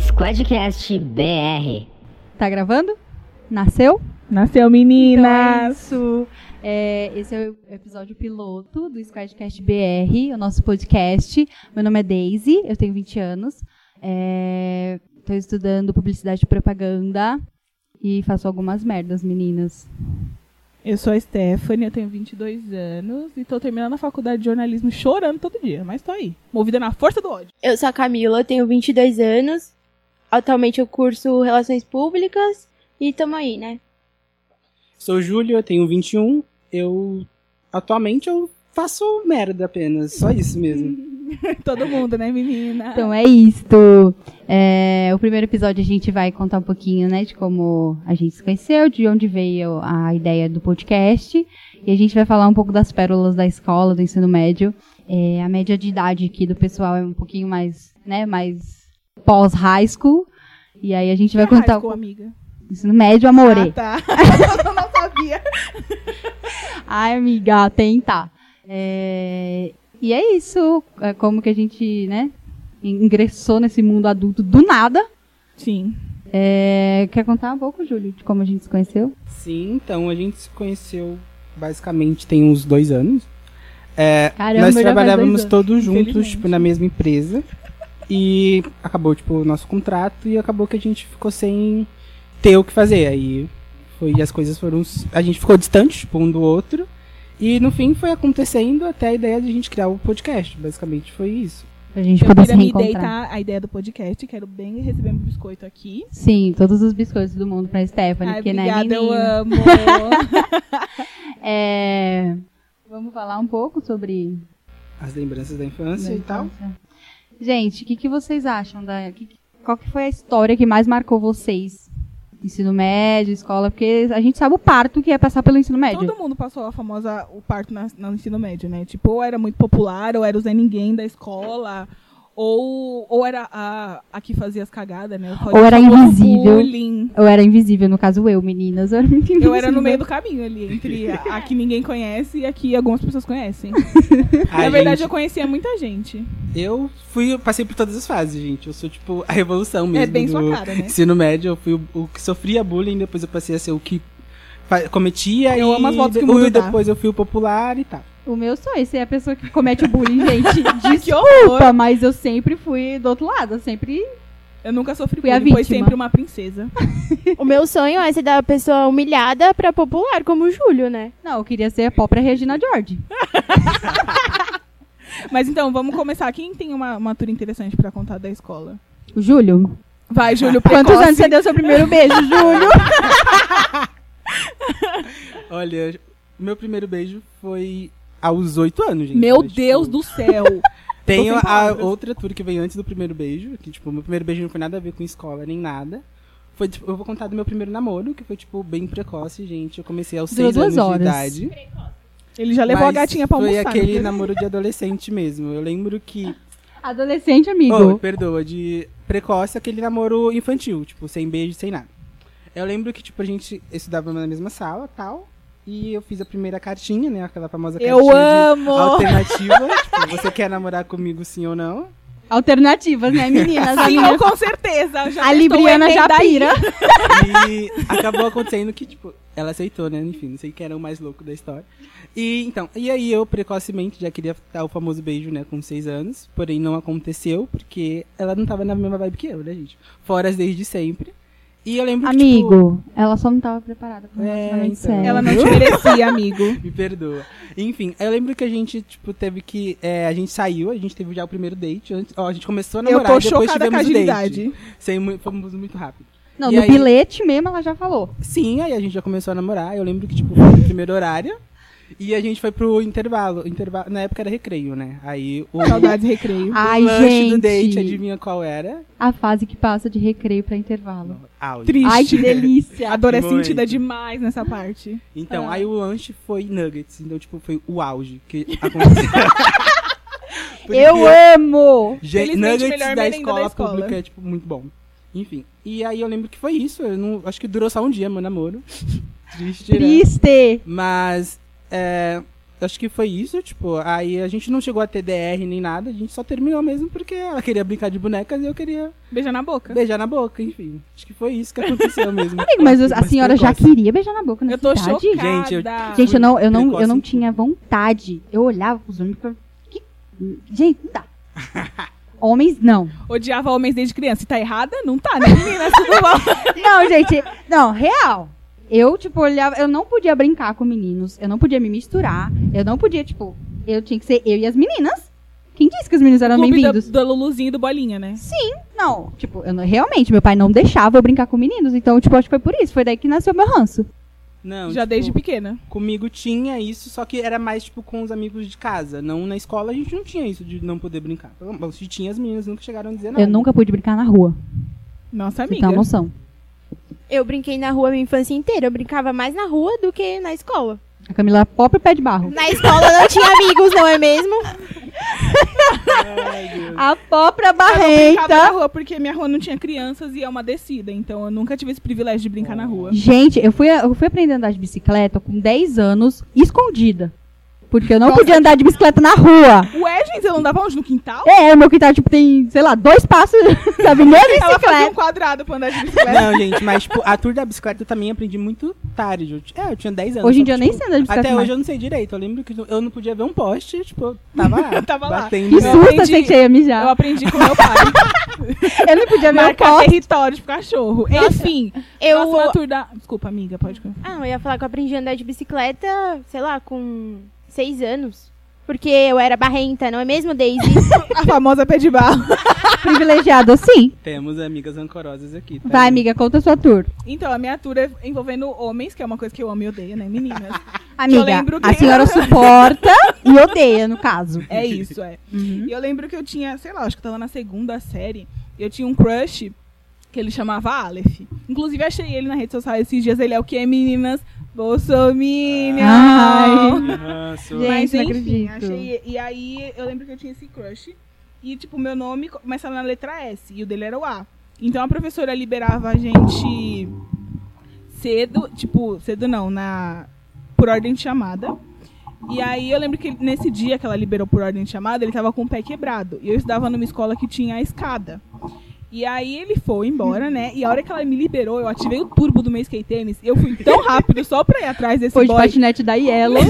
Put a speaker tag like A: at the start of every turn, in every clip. A: Squadcast BR.
B: Tá gravando? Nasceu?
C: Nasceu, meninas!
B: Então é isso. É, esse é o episódio piloto do Squadcast BR, o nosso podcast. Meu nome é Daisy, eu tenho 20 anos. Estou estudando publicidade e propaganda e faço algumas merdas, meninas.
C: eu sou a Stephanie, eu tenho 22 anos e tô terminando a faculdade de jornalismo chorando todo dia, mas tô aí, movida na força do ódio.
D: Eu sou a Camila, eu tenho 22 anos. Atualmente eu curso Relações Públicas e tamo aí, né?
E: Sou Júlio, eu tenho 21. Eu. Atualmente eu faço merda apenas. Só isso mesmo.
C: todo mundo, né, menina?
B: Então é isto. É, o primeiro episódio a gente vai contar um pouquinho, né, de como a gente se conheceu, de onde veio a ideia do podcast. E a gente vai falar um pouco das pérolas da escola, do ensino médio. É, a média de idade aqui do pessoal é um pouquinho mais, né, mais pós-high school. E aí a gente vai contar
C: com
B: o
C: amiga.
B: ensino médio, amore.
C: Ah, tá. eu não sabia.
B: Ah, Ai, amiga, tentar. É, E é isso. É como que a gente, né, ingressou nesse mundo adulto do nada.
C: Sim.
B: É, quer contar um pouco, Júlio, de como a gente se conheceu?
E: Sim, então a gente se conheceu basicamente tem uns dois anos. É,
B: Caramba,
E: nós
B: já um faz dois
E: trabalhávamos
B: anos.
E: todos juntos,
C: Infelizmente.
E: tipo, na mesma empresa. E acabou, tipo, o nosso contrato e acabou que a gente ficou sem ter o que fazer. Aí foi, as coisas foram. s- A gente ficou distante, tipo, um do outro. E no fim foi acontecendo até a ideia de a gente criar o podcast. Basicamente foi isso.
B: Pra gente
C: eu tá?
B: poder se
C: queria me
B: reencontrar.
C: deitar a ideia do podcast, quero bem receber meu biscoito aqui.
B: Sim, todos os biscoitos do mundo pra Stephanie,
C: Ai,
B: porque né,
C: obrigada, eu
B: menina?
C: amo.
B: É, Vamos falar um pouco sobre...
E: As lembranças da infância e tal.
B: Gente, o que, que vocês acham da... que- Qual que foi a história que mais marcou vocês? Ensino médio, escola, porque a gente sabe o parto que é passar pelo ensino médio.
C: Todo mundo passou a famosa o parto na- no ensino médio, né? Tipo, ou era muito popular, ou era o Zé Ninguém da escola, ou, ou era a, a que fazia as cagadas, né? O
B: Ou era
C: famoso
B: invisível.
C: bullying.
B: Eu era invisível, no caso eu, meninas. Eu era muito invisível.
C: Eu era no meio do caminho ali, entre a, a que ninguém conhece e a que algumas pessoas conhecem.
E: A
C: na verdade,
E: gente-
C: eu conhecia muita gente.
E: Eu fui, eu passei por todas as fases, gente. Eu sou tipo a revolução mesmo.
C: é bem
E: do
C: sua cara, né?
E: Ensino médio, eu fui o, o que sofria bullying, depois eu passei a ser o que fa- cometia
C: Eu
E: e
C: amo as fotos que tá? o
E: depois-
C: mundo dá.
E: depois eu fui o popular e tal.
B: O meu só esse é a pessoa que comete o bullying, gente.
C: Que horror!
B: Desculpa, mas eu sempre fui do outro lado. Eu sempre
C: Eu nunca sofri
B: Fui a
C: bullying, foi
B: vítima.
C: sempre uma princesa.
D: O meu sonho é ser da pessoa humilhada pra popular, como o Júlio, né?
B: Não, eu queria ser a própria Regina George.
C: Mas então, vamos começar. Quem tem uma, uma tour interessante pra contar da escola?
B: O Júlio?
C: Vai, Júlio,
B: Quantos
C: precoce.
B: anos você deu seu primeiro beijo, Júlio?
E: Olha, meu primeiro beijo foi aos oito anos, gente.
C: Meu
E: Mas, tipo,
C: Deus do céu!
E: Tem
C: tô sem
E: a
C: palavras.
E: outra tour que veio antes do primeiro beijo, que tipo, meu primeiro beijo não foi nada a ver com escola nem nada. Foi, tipo, eu vou contar do meu primeiro namoro, que foi, tipo, bem precoce, gente. Eu comecei aos
B: Durou
E: seis
B: duas
E: anos
B: horas.
E: de idade.
C: Ele já levou
E: Mas
C: a gatinha pra almoçar.
E: Foi aquele
C: né?
E: namoro de adolescente mesmo. Eu lembro que.
B: Adolescente, amigo.
E: Oh, perdoa, de precoce aquele namoro infantil, tipo, sem beijo, sem nada. Eu lembro que, tipo, a gente estudava na mesma sala tal. E eu fiz a primeira cartinha, né? Aquela famosa cartinha
C: Eu
E: de
C: amo!
E: alternativa. tipo, você quer namorar comigo sim ou não?
B: Alternativas, né, meninas? A
C: Sim,
B: minha-
C: eu Ah, com certeza. Já
B: a
C: testou o
B: Libriana
C: Enem daí.
B: Japira.
E: E acabou acontecendo que, tipo, ela aceitou, né? Enfim, não sei quem era o mais louco da história. E então, e aí eu precocemente já queria dar o famoso beijo, né, com seis anos. Porém, não aconteceu, porque ela não tava na mesma vibe que eu, né, gente? Foras desde sempre. E eu lembro que. tipo,
B: Amigo, ela só não tava preparada pra um
E: É,
B: relacionamento
E: então.
B: sério.
C: Tipo, Ela não te merecia, amigo.
E: Tipo, me perdoa. Enfim, eu lembro que a gente, tipo, teve que. é, a gente saiu, a gente teve já o primeiro date. Antes, ó, a gente começou a
C: Eu
E: namorar
C: tô
E: e depois
C: chocada com a
E: tivemos o date.
C: agilidade.
E: Sem, mu- fomos muito rápido.
B: Não,
E: E
B: no
E: aí-
B: bilhete mesmo ela já falou.
E: Sim, aí a gente já começou a namorar. Eu lembro que, tipo, foi no primeiro horário. E a gente foi pro intervalo. intervalo na época era recreio, né? Aí o, o
C: Saudades
E: Ah,
C: recreio.
B: Ai,
E: lanche
B: gente.
E: do date,
C: é
E: adivinha qual era?
B: A fase que passa de recreio pra intervalo.
E: Áudio.
C: Triste.
B: Ai, que delícia.
C: Adoro é
E: Muito.
C: sentida demais nessa parte.
E: Então,
B: Ah.
E: aí o lanche foi nuggets. Então, tipo, foi o auge que aconteceu. Porque-
B: Eu amo!
E: Gente,
C: Felizmente,
E: nuggets
C: melhor
E: da
C: merenda
E: escola,
C: da escola.
E: pública é, tipo, muito bom. Enfim. E aí eu lembro que foi isso. Eu não, acho que durou só um dia, meu namoro. Triste, né?
B: Triste!
E: Mas é, acho que foi isso, tipo, aí a gente não chegou a ter DR nem nada, a gente só terminou mesmo porque ela queria brincar de bonecas e eu queria
C: Beijar na boca.
E: beijar na boca, enfim. Acho que foi isso que aconteceu mesmo.
B: Amigo, mas a
E: Mas
B: senhora já
E: precoce.
B: queria beijar na boca, né?
C: Eu tô
B: idade?
C: chocada.
E: Gente, eu-
B: Gente, eu não, eu não,
E: Precoce
B: eu não
E: em
B: tinha vontade. Eu olhava pros homens e falava, "Que- Gente, não dá. Homens, não.
C: Odiava homens desde criança. E tá errada? Não tá, né, menina? Você não vai-
B: Não, gente, não, real. Eu, tipo, olhava, eu não podia brincar com meninos, eu não podia me misturar, eu não podia, tipo, eu tinha que ser eu e as meninas. Quem disse que os meninos eram
C: Clube da,
B: bem-vindos?
C: da Luluzinha e do Bolinha, né?
B: Não, tipo, eu não- realmente, meu pai não deixava eu brincar com meninos, então, tipo, acho que foi por isso, foi daí que nasceu meu ranço.
E: Não,
C: Já
E: tipo,
C: desde pequena.
E: Comigo tinha isso, só que era mais, tipo, com os amigos de casa. Não na escola a gente não tinha isso de não poder brincar. Pelo- Bom, se tinha, as meninas nunca chegaram a dizer nada.
B: Eu nunca pude brincar na rua,
C: Nossa
B: você
C: amiga.
B: tem uma noção.
D: Eu brinquei na rua a minha infância inteira. Eu brincava mais na rua do que na escola.
B: A Camila é pop e pé de barro.
D: Na escola eu não tinha amigos, não é mesmo?
E: Ai, Deus.
B: A própria
C: brincava na
B: barrenta.
C: rua porque minha rua não tinha crianças e é uma descida. Então eu nunca tive esse privilégio de brincar na rua.
B: Gente, eu fui, eu fui aprender a andar de bicicleta com 10 anos, escondida. Porque eu não podia andar de bicicleta na rua.
C: Ué, gente, eu não dava onde? No quintal?
B: É, o meu quintal, tipo, tem, sei lá, dois passos da minha
C: Ela fazia um
B: bicicleta.
C: quadrado pra andar de bicicleta.
E: Não, gente, mas, tipo, a tour da bicicleta eu também aprendi muito tarde. Eu, ti- é, eu tinha 10 anos.
B: Hoje em
E: só
B: dia eu
E: que,
B: nem
E: tipo,
B: sei andar de bicicleta
E: Até
B: mais.
E: hoje eu não sei direito. Eu lembro que eu não podia ver um poste, tipo, eu tava lá.
C: Eu tava lá.
E: batendo.
B: Que
C: eu
B: susto,
C: aprendi-
B: achei que você ia
C: Eu
B: mijar.
C: aprendi com meu pai.
B: Eu, não podia ver o
C: Marcar
B: pó.
C: território de cachorro. Enfim,
D: Eu.
C: próxima tour da... Desculpa, amiga, pode...
D: Ah, eu ia falar que eu aprendi a andar de bicicleta, sei lá, com seis anos. Porque eu era barrenta, não é mesmo, Daisy?
C: A famosa pé de barro.
B: Privilegiado, sim.
E: Temos amigas ancorosas aqui. tá,
B: Vai,
E: gente?
B: amiga, conta a sua tour.
C: Então, a minha tour é envolvendo homens, que é uma coisa que eu amo e odeio, né, meninas? Eu
B: Amiga,
C: lembro
B: a
C: que-
B: senhora suporta e odeia, no caso.
C: É isso, é.
B: Uhum.
C: E eu lembro que eu tinha, sei lá, acho que eu tava na segunda série, eu tinha um crush que ele chamava Aleph. Inclusive, achei ele na rede social esses dias, ele é o que, meninas? Bolsominion!
B: Ai.
E: Nossa,
B: Gente,
C: Mas
B: não
C: enfim,
B: acredito.
C: achei. E aí eu lembro que eu tinha esse crush. E, tipo, meu nome começava na letra S e o dele era o A. Então a professora liberava a gente cedo, tipo, cedo não, na por ordem de chamada. E aí eu lembro que nesse dia que ela liberou por ordem de chamada, ele tava com o pé quebrado. E eu estudava numa escola que tinha a escada. E aí ele foi embora, né? E a hora que ela me liberou, eu ativei o turbo do meu skate tênis. Eu fui tão rápido só pra ir atrás desse
B: Foi de
C: boy
B: patinete da Yellow.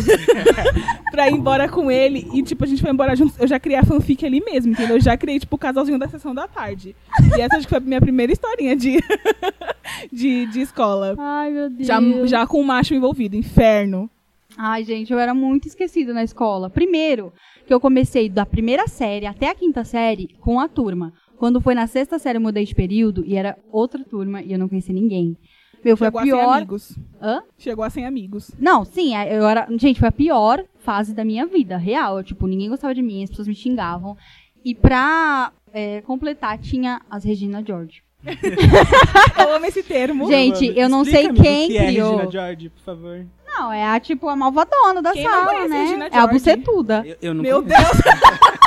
C: pra ir embora com ele. E, tipo, a gente foi embora juntos. Eu já criei a fanfic ali mesmo, entendeu? Eu já criei, tipo, o casalzinho da sessão da tarde. E essa acho que foi a minha primeira historinha de, de, de escola.
B: Ai, meu Deus.
C: Já, já com o macho envolvido, inferno.
B: Ai, gente, eu era muito esquecida na escola. Primeiro, que eu comecei da primeira série até a quinta série com a turma. Quando foi na sexta série, eu mudei de período e era outra turma e eu não conheci ninguém. Meu, foi
C: Chegou
B: a
C: a sem
B: pior.
C: amigos.
B: Hã?
C: Chegou a sem amigos.
B: Não, sim, a- eu era. Gente, foi a pior fase da minha vida, real. Eu, tipo, ninguém gostava de mim, as pessoas me xingavam. E pra é, completar, tinha as Regina George.
C: Eu amo esse termo.
B: Gente, eu não sei
E: Explica,
B: quem
E: amigo, o que
B: criou.
E: É, Regina George, por favor.
B: Não, é a, tipo, a malvadona da
C: Quem não
B: sala,
C: conhece
B: né?
C: Regina
B: é a
C: George?
B: bucetuda.
E: Eu, eu não
C: Meu
E: conheço.
C: Deus,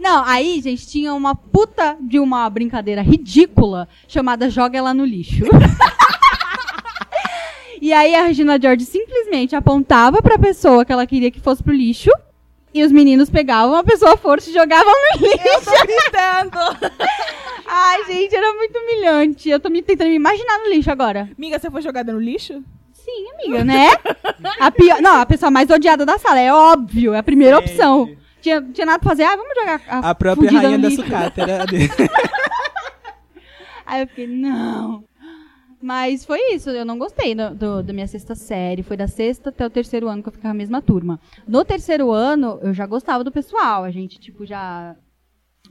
B: Não, aí, gente, tinha uma puta de uma brincadeira ridícula chamada Joga Ela no Lixo. e aí a Regina George simplesmente apontava pra pessoa que ela queria que fosse pro lixo. E os meninos pegavam a pessoa à força e jogavam no
C: eu
B: lixo.
C: tô gritando.
B: Ai, gente, era muito humilhante. Eu tô me tentando me imaginar no lixo agora.
C: Amiga, você foi jogada no lixo?
B: Sim, amiga, né? A pior, não, a pessoa mais odiada da sala, é óbvio, é a primeira
E: Gente.
B: opção. Tinha, tinha nada pra fazer, ah, vamos jogar a,
E: A própria
B: fudida
E: rainha
B: no
E: da
B: lixo.
E: sucata era a dele.
B: Aí eu fiquei, não. Mas foi isso, eu não gostei do, do- da minha sexta série. Foi da sexta até o terceiro ano que eu ficava na mesma turma. No terceiro ano, eu já gostava do pessoal. A gente, tipo, já,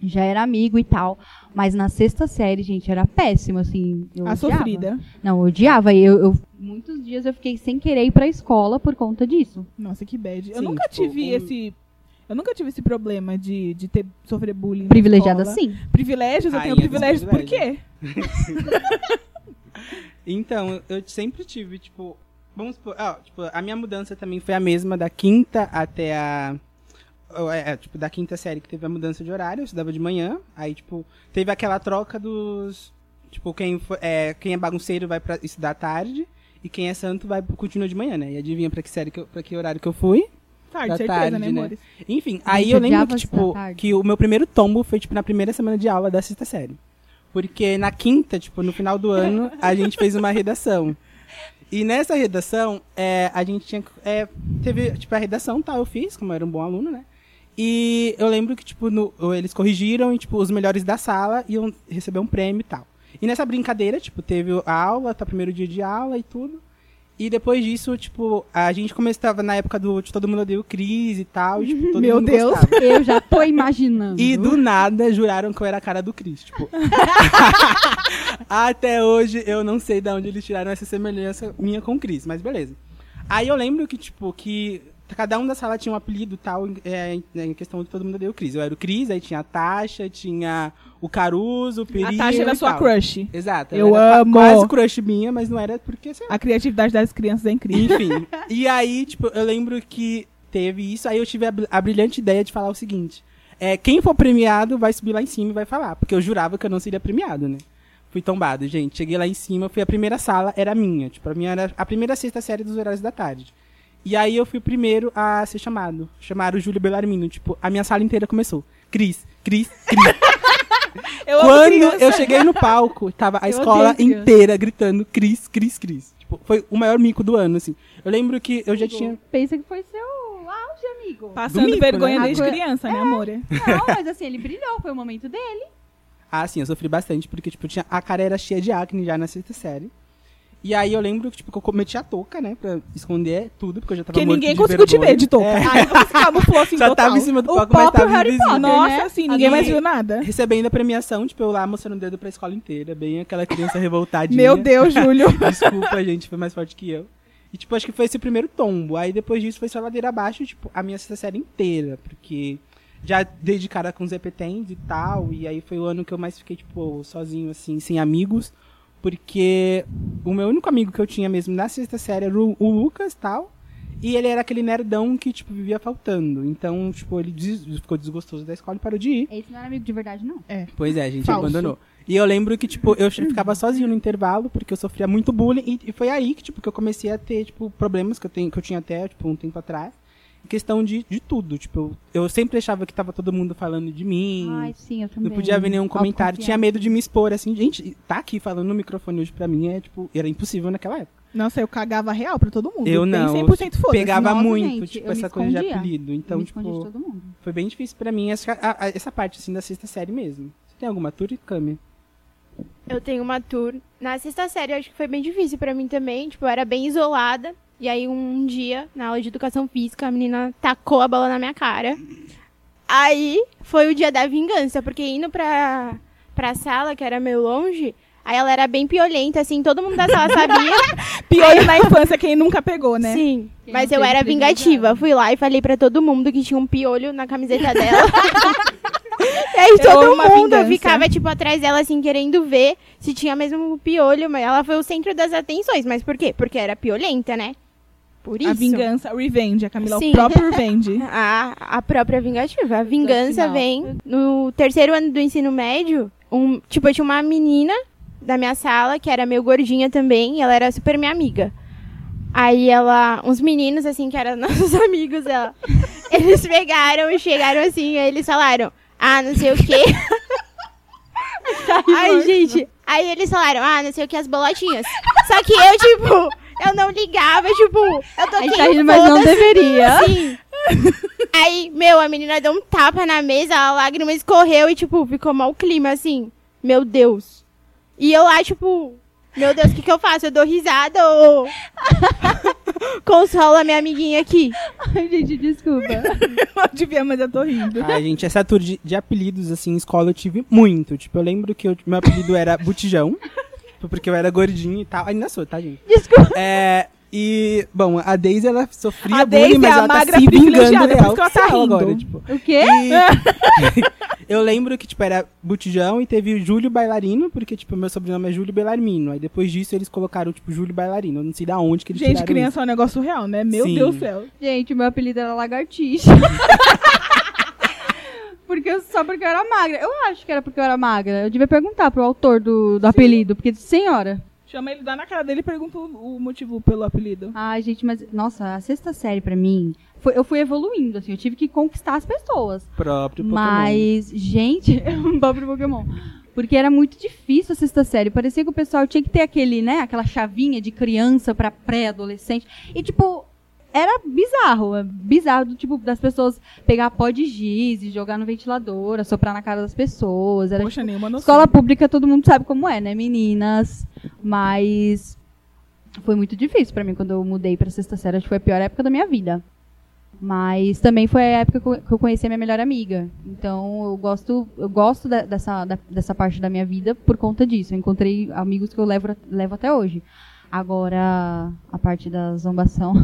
B: já era amigo e tal. Mas na sexta série, gente, era péssimo, assim. Eu
C: a
B: odiava.
C: sofrida.
B: Não, eu odiava. E Eu, eu- muitos dias eu fiquei sem querer ir pra escola por conta disso.
C: Nossa, que bad. Eu
E: Sim,
C: nunca
E: tipo,
C: tive
E: um-
C: esse... Eu nunca tive esse problema de, de ter sofrer bullying. na
B: Privilegiada,
C: escola.
B: sim.
C: Privilégios, eu tenho
E: Rainha dos
C: privilégios. Por
E: privilégios.
C: quê?
E: Então, eu sempre tive, tipo, vamos supor, ó, tipo, a minha mudança também foi a mesma da quinta até a ou, é, é, tipo, da quinta série que teve a mudança de horário, eu estudava de manhã, aí tipo, teve aquela troca dos tipo, quem fo- é, quem é bagunceiro vai para estudar à tarde e quem é santo vai continua de manhã, né? E adivinha pra que série que eu, pra que horário que eu fui?
C: Tarde,
E: Da
C: certeza,
E: tarde,
C: né,
E: né?
C: amores?
E: Enfim, aí
B: Gente,
E: eu lembro
B: odiava
E: que,
B: essa
E: tipo,
B: tarde.
E: que o meu primeiro tombo foi, tipo, na primeira semana de aula da sexta série. Porque na quinta, tipo, no final do ano, a gente fez uma redação. E nessa redação, é, a gente tinha. que- É, teve, tipo, a redação, tá, eu fiz, como eu era um bom aluno, né? E eu lembro que, tipo, no- eles corrigiram e, tipo, os melhores da sala iam receber um prêmio e tal. E nessa brincadeira, tipo, teve a aula, tá primeiro dia de aula e tudo. E depois disso, tipo, a gente começava na época do de todo mundo odeia o Cris e tal. E, tipo, todo
C: Meu
E: mundo
C: Deus.
E: gostava.
B: Eu já tô imaginando.
E: E
C: Uhum.
E: do nada juraram que eu era a cara do Cris, tipo. Até hoje eu não sei de onde eles tiraram essa semelhança minha com o Cris, mas beleza. Aí eu lembro que, tipo, que cada um da sala tinha um apelido e tal, é, em- em questão de todo mundo deu o Cris. Eu era o Cris, aí tinha a Tasha, tinha o Caruso, o Peri.
C: a Tasha
E: eu
C: era
E: e
C: sua
E: tal.
C: crush.
E: Exato.
C: Eu
E: era qua-
C: amo.
E: Quase crush minha, mas não era porque, sei lá,
C: A criatividade das crianças é incrível.
E: enfim. e aí, tipo, eu lembro que teve isso, aí eu tive a, br- a brilhante ideia de falar o seguinte: é, quem for premiado vai subir lá em cima e vai falar, porque eu jurava que eu não seria premiado, né? Fui tombado, gente. Cheguei lá em cima, fui a primeira sala, era minha. Tipo, a minha era a primeira sexta série dos horários da tarde. E aí eu fui o primeiro a ser chamado. Chamaram o Júlio Bellarmino. Tipo, a minha sala inteira começou. Cris, Cris, Cris.
C: Eu amo
E: Quando
C: criança.
E: eu cheguei no palco, tava a
B: Eu
E: escola
B: odeio criança.
E: inteira gritando Cris, Cris, Cris. Tipo, foi o maior mico do ano, assim. Eu lembro que eu já tinha.
B: Pensa que foi seu auge, amigo.
C: Passando
E: Do mico,
C: vergonha
E: né?
C: desde
B: Agora-
C: criança, né, amor?
B: Não, mas assim, ele brilhou, foi o momento dele.
E: Ah, sim, eu sofri bastante, porque, tipo, tinha... a cara era cheia de acne já na sexta série. E aí eu lembro que, tipo, que eu cometi a touca, né? Pra esconder tudo, porque eu já tava
C: Porque
E: morto
C: ninguém
E: de
C: conseguiu te
E: vergonha.
C: ver de toca.
E: É,
C: Aí você camuflou assim
E: já
C: total.
E: tava em cima do
B: O
E: palco, mas
B: próprio
E: tava
B: Harry
E: invisível.
B: Potter. né?
C: Nossa, assim, ninguém
E: Ali-
C: mais viu nada.
E: É, Recebendo a premiação, tipo, eu lá mostrando o dedo pra escola inteira, bem aquela criança revoltadinha.
C: Meu Deus, Júlio.
E: Desculpa, gente, foi mais forte que eu. E, tipo, acho que foi esse o primeiro tombo. Aí depois disso foi só ladeira abaixo, tipo, a minha sexta série inteira, porque já dei de cara com os EPTENs e tal. E aí foi o ano que eu mais fiquei, tipo, sozinho, assim, sem amigos. Porque o meu único amigo que eu tinha mesmo na sexta série era o, o Lucas tal. E ele era aquele nerdão que, tipo, vivia faltando. Então, tipo, ele des- ficou desgostoso da escola e parou de ir.
B: Esse não era amigo de verdade, não.
E: Pois é, a gente
C: Falso.
E: abandonou. E eu lembro que, tipo,
B: Uhum.
E: eu che- ficava sozinho no intervalo, porque eu sofria muito bullying. E, e foi aí que, tipo, que eu comecei a ter, tipo, problemas que eu, tenho, que eu tinha até, tipo, um tempo atrás. Em questão de, de tudo. Tipo, eu, eu sempre achava que tava todo mundo falando de mim.
B: Ai, sim, eu também.
E: não podia ver nenhum comentário. Tinha medo de me expor, assim. Gente, tá aqui falando no microfone hoje pra mim é, tipo, era impossível naquela época.
C: Nossa, eu cagava real pra todo mundo.
E: Eu tipo,
C: Tem
E: não,
C: 100% foda.
E: Pegava
B: Nossa,
E: muito,
B: gente,
E: tipo,
B: eu me
E: essa coisa de
B: escondia.
E: apelido.
B: Então,
E: Então,
B: me escondi de
E: tipo,
B: todo mundo.
E: foi bem difícil pra mim essa, a- a- essa parte, assim, da sexta série mesmo. Você tem alguma tour e câmera?
D: Eu tenho uma tour. Na sexta série, eu acho que foi bem difícil pra mim também. Tipo, eu era bem isolada. E aí, um dia, na aula de educação física, a menina tacou a bola na minha cara. Aí, foi o dia da vingança. Porque indo pra, pra sala, que era meio longe, aí ela era bem piolenta, assim. Todo mundo da sala sabia.
C: Piolho na infância, quem nunca pegou, né?
D: Sim,
B: Quem
D: mas
B: não
D: eu
B: teve
D: era
B: privilegiado.
D: vingativa. Fui lá e falei pra todo mundo que tinha um piolho na camiseta dela. e aí
C: Eu amo
D: todo
C: uma
D: mundo
C: vingança.
D: ficava, tipo, atrás dela, assim, querendo ver se tinha mesmo um piolho. Mas ela foi o centro das atenções. Mas por quê? Porque era piolenta, né? Por isso.
C: A vingança, revenge, a Camila,
D: Sim.
C: o próprio revenge.
D: A, a própria vingativa. A vingança
B: Final.
D: vem no terceiro ano do ensino médio. Um, tipo, eu tinha uma menina da minha sala que era meio gordinha também, e ela era super minha amiga. Aí ela, uns meninos assim que eram nossos amigos, ela, eles pegaram e chegaram assim, aí eles falaram: "Ah, não sei o quê". Ai, gente. Aí eles falaram: "Ah, não sei o que as bolotinhas". Só que eu tipo, eu não ligava, tipo, eu tô
B: A gente
D: aqui,
B: tá rindo, mas não
D: foda-se.
B: deveria.
D: Sim. Aí, meu, a menina deu um tapa na mesa, a lágrima escorreu e, tipo, ficou mau clima, assim. Meu Deus. E eu lá, tipo, meu Deus, o que, que eu faço? Eu dou risada ou. Consola minha amiguinha aqui.
B: Ai, gente, desculpa.
C: Eu devia, mas eu tô rindo.
E: Ai, gente, essa tour de, de apelidos, assim, em escola eu tive muito. Tipo, eu lembro que eu- meu apelido era Botijão, tipo, porque eu era gordinho e tal. Ainda sou, tá, gente?
D: Desculpa.
E: É, e, bom, a Daisy, ela sofria
C: A Daisy
E: bullying,
C: é
E: mas
C: a
E: ela tá
C: magra
E: se vingando
C: privilegiada, por
E: real
C: isso que ela tá
E: oficial
C: rindo. É.
E: agora, tipo.
B: O quê?
E: E- eu lembro que, tipo, era Botijão e teve o Júlio Bailarino, porque, tipo, meu sobrenome é Júlio Bailarino. Aí depois disso eles colocaram, tipo, Júlio Bailarino. Eu não sei da onde que eles
C: Gente,
E: tiraram isso.
C: criança é um negócio real, né? Meu
E: Sim.
C: Deus do céu.
B: Gente, meu apelido era lagartixa. porque eu- só porque eu era magra. Eu acho que era porque eu era magra. Eu devia perguntar pro autor do, do apelido, porque senhora.
C: Chama ele, dá na cara dele e pergunta o o motivo pelo apelido.
B: Ai, gente, mas, nossa, a sexta série pra mim, foi- eu fui evoluindo, assim, eu tive que conquistar as pessoas.
E: Próprio Pokémon.
B: Mas, gente, é um pobre Pokémon. Porque era muito difícil a sexta série. Parecia que o pessoal tinha que ter aquele, né, aquela chavinha de criança pra pré-adolescente. E, tipo, era bizarro. é Bizarro, do tipo, das pessoas pegar pó de giz e jogar no ventilador, assoprar na cara das pessoas. Era, tipo
C: Poxa, nenhuma noção.
B: Escola pública todo mundo sabe como é, né, meninas? Mas foi muito difícil pra mim quando eu mudei pra sexta série. Acho que foi a pior época da minha vida. Mas também foi a época co- que eu conheci a minha melhor amiga. Então eu gosto, eu gosto da- dessa, da- dessa parte da minha vida por conta disso. Eu encontrei amigos que eu levo, levo até hoje. Agora, a parte da zombação.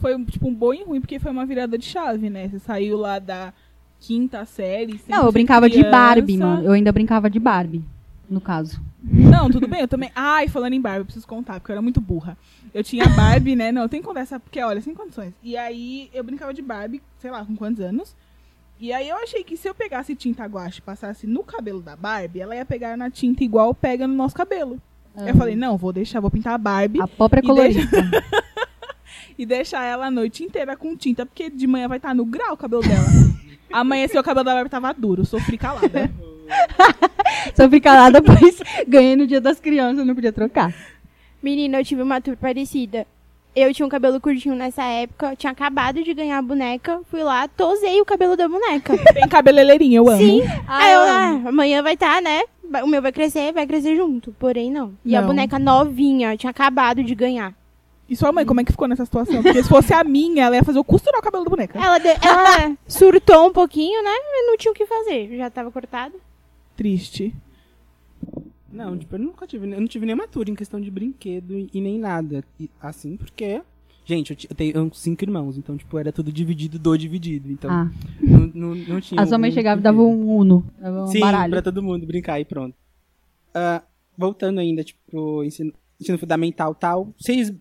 C: Foi tipo um bom e ruim, porque foi uma virada de chave, né? Você saiu lá da quinta série.
B: Não,
C: sempre
B: eu brincava de
C: criança.
B: Barbie, mano. Eu ainda brincava de Barbie, no caso.
C: Não, tudo bem, eu também. Ai, falando em Barbie, eu preciso contar, porque eu era muito burra. Eu tinha Barbie, né? Não, eu tenho que conversar, porque, olha, sem condições. E aí eu brincava de Barbie, sei lá, com quantos anos. E aí eu achei que se eu pegasse tinta guache e passasse no cabelo da Barbie, ela ia pegar na tinta igual pega no nosso cabelo. Eu
B: Ah.
C: falei, não, vou deixar, vou pintar a Barbie
B: A própria
C: E deixa-
B: colorista.
C: e deixar ela a noite inteira com tinta, porque de manhã vai estar no grau o cabelo dela. Amanheceu o cabelo da Barbie tava duro, sofri calada.
B: Só fui calada, pois ganhei no dia das crianças, não podia trocar.
D: Menina, eu tive uma tour parecida. Eu tinha um cabelo curtinho nessa época, tinha acabado de ganhar a boneca, fui lá, tosei o cabelo da boneca.
C: Tem cabeleireirinho, eu amo.
D: Sim. Aí eu,
B: eu
D: ah, amanhã vai estar, né? Vai- O meu vai crescer, vai crescer junto. Porém, não. E a
C: Não.
D: boneca novinha, eu tinha acabado de ganhar.
C: E sua mãe, como é que ficou nessa situação? Porque se fosse a minha, ela ia fazer o costurar o cabelo da boneca.
D: Ela, de- ela surtou um pouquinho, né? Mas não tinha o que fazer. Já tava cortado.
C: Triste.
E: Não, tipo, eu nunca tive. Eu não tive nenhuma tour em questão de brinquedo e, e nem nada. E, assim, porque. Gente, eu, ti- eu tenho cinco irmãos, então, tipo, era tudo dividido do dividido. Então,
B: Ah,
E: não, não, não tinha.
B: a sua mãe
E: um
B: chegava e
E: brinquedo.
B: dava um uno, dava um
E: Sim,
B: baralho.
E: pra todo mundo brincar e pronto. Ah, voltando ainda, tipo, pro ensino, ensino fundamental tal, vocês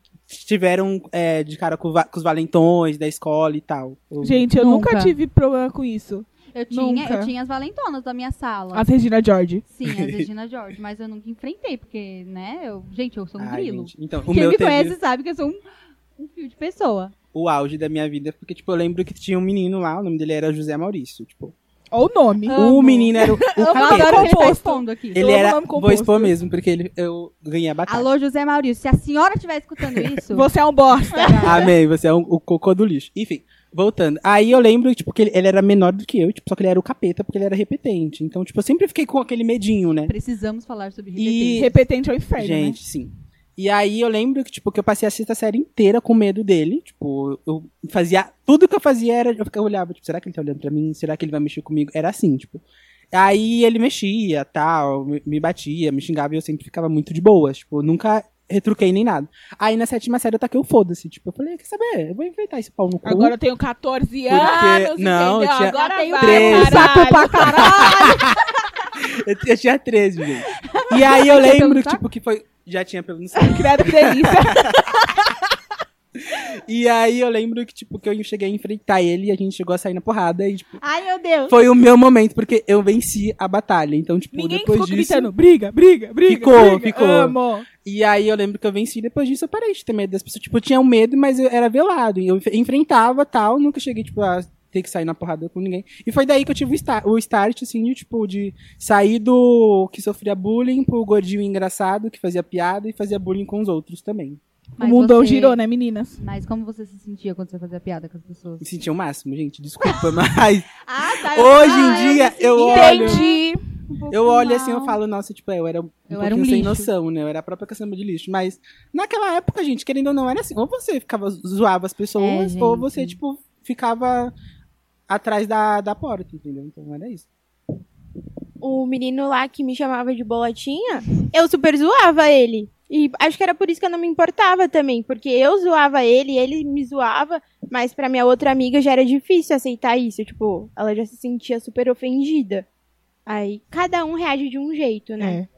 E: tiveram é, de cara com, va- com os valentões da escola e tal? Ou-
C: Gente, eu nunca,
B: Nunca.
C: tive problema com isso.
B: Eu, tinha, eu
C: Nunca.
B: tinha as valentonas da minha sala.
C: A Regina George.
B: Sim, as Regina George, mas eu nunca enfrentei, porque, né, eu, gente, eu sou um
E: Ai,
B: grilo.
E: gente, Então, o
B: Quem
E: meu
B: me
E: teve
B: conhece sabe que eu sou um, um fio de pessoa.
E: o auge da minha vida, porque, tipo, eu lembro que tinha um menino lá, o nome dele era José Maurício, tipo.
C: Olha o nome.
E: O menino era o, o
B: eu
E: capeta.
B: adoro que ele tá
C: composto.
B: expondo aqui.
E: Ele
C: amo
E: era.
C: nome
E: Vou
C: composto.
E: expor mesmo, porque ele, eu ganhei a batalha.
B: Alô, José Maurício, se a senhora estiver escutando isso...
C: Você é um bosta.
E: Amei, você é um- o cocô do lixo. Enfim, voltando. Aí eu lembro, tipo, que ele, ele era menor do que eu, tipo, só que ele era o capeta, porque ele era repetente. Então, tipo, eu sempre fiquei com aquele medinho, né?
B: Precisamos falar sobre
E: E-
B: repetência.
C: Repetente ao inferno. né?
E: Gente, sim. E aí eu lembro que, tipo, que eu passei a sexta série inteira com medo dele. Tipo, eu fazia. Tudo que eu fazia era. Eu ficava eu olhava, tipo, será que ele tá olhando pra mim? Será que ele vai mexer comigo? Era assim, tipo. Aí ele mexia, tal, me- me batia, me xingava e eu sempre ficava muito de boas. Tipo, eu nunca retruquei nem nada. Aí na sétima série eu taquei o foda-se. Tipo, eu falei, quer saber? Eu vou enfrentar esse pau no cu.
C: né? Agora eu tenho 14
E: Porque-
C: anos.
E: não,
C: entendeu?
E: eu tinha
C: Agora
B: tenho
C: vai,
E: três.
C: caralho.
E: eu, eu tinha 13, gente. E aí eu
B: Tinha pelo
E: lembro,
B: no saco?
E: tipo, que foi. Já tinha pelo no saco.
C: Credo é- que delícia.
E: E aí eu lembro que, tipo, que eu cheguei a enfrentar ele e a gente chegou a sair na porrada e, tipo,
D: Ai, meu Deus.
E: Foi o meu momento, porque eu venci a batalha. Então, tipo,
C: Ninguém
E: depois
C: ficou
E: disso.
C: gritando, briga, briga, briga.
E: Ficou,
C: briga.
E: ficou.
C: Amo.
E: E aí eu lembro que eu venci, depois disso eu parei de ter medo das pessoas. Tipo, eu tinha um medo, mas eu era velado. E eu enf- enfrentava tal, nunca cheguei, tipo, a ter que sair na porrada com ninguém. E foi daí que eu tive o start, o start assim, de, tipo, de sair do que sofria bullying pro gordinho engraçado, que fazia piada e fazia bullying com os outros também.
C: O
B: Mas
C: mundo
E: é um
B: você-
C: girou, né, meninas?
B: Mas como você se sentia quando você fazia piada com as pessoas?
E: Me sentia o máximo, gente, desculpa, mas
B: Ah, tá.
E: hoje em dia eu olho...
C: Entendi.
B: Um
E: Eu olho assim, eu falo, nossa, tipo, eu era um
B: Eu
E: pouquinho
B: era um
E: sem
B: lixo.
E: noção, né? Eu era a própria caçamba de lixo. Mas naquela época, gente, querendo ou não, era assim. Ou você ficava zoava as pessoas,
B: É,
E: ou
B: gente.
E: você, tipo, ficava atrás da, da porta, entendeu? Então era isso.
D: O menino lá que me chamava de bolotinha, eu super zoava ele. E acho que era por isso que eu não me importava também, porque eu zoava ele, ele me zoava, mas pra minha outra amiga já era difícil aceitar isso, tipo, ela já se sentia super ofendida. Aí cada um reage de um jeito, né?
C: É.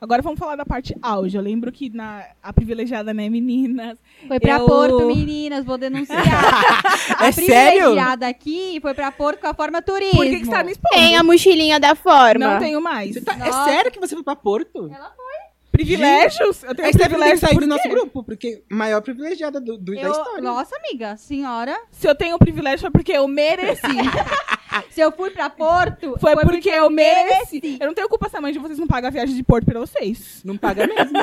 C: Agora vamos falar da parte auge. Eu lembro que na a privilegiada, né, meninas?
B: Foi pra
C: Eu-
B: Porto, meninas, vou denunciar.
E: É
B: a
E: sério?
B: privilegiada aqui foi pra Porto com a forma turismo.
C: Por que, que você tá me expondo?
D: Tem a mochilinha da forma.
C: Não tenho mais.
E: Você tá- é
B: Nossa.
E: sério que você foi pra Porto?
B: Ela
E: foi.
C: Privilégios? Eu tenho
E: A tá Stephanie tem que
C: privilégios
E: sair
C: por
E: do nosso
C: quê?
E: grupo, porque maior privilegiada do, do- da
B: Eu-
E: história.
B: nossa, amiga, senhora,
C: Se eu tenho privilégio foi porque eu mereci.
B: se eu fui pra Porto,
C: Foi, porque, eu mereci. Eu não tenho culpa se a mãe de vocês não paga a viagem de Porto pra vocês.
E: Não paga mesmo.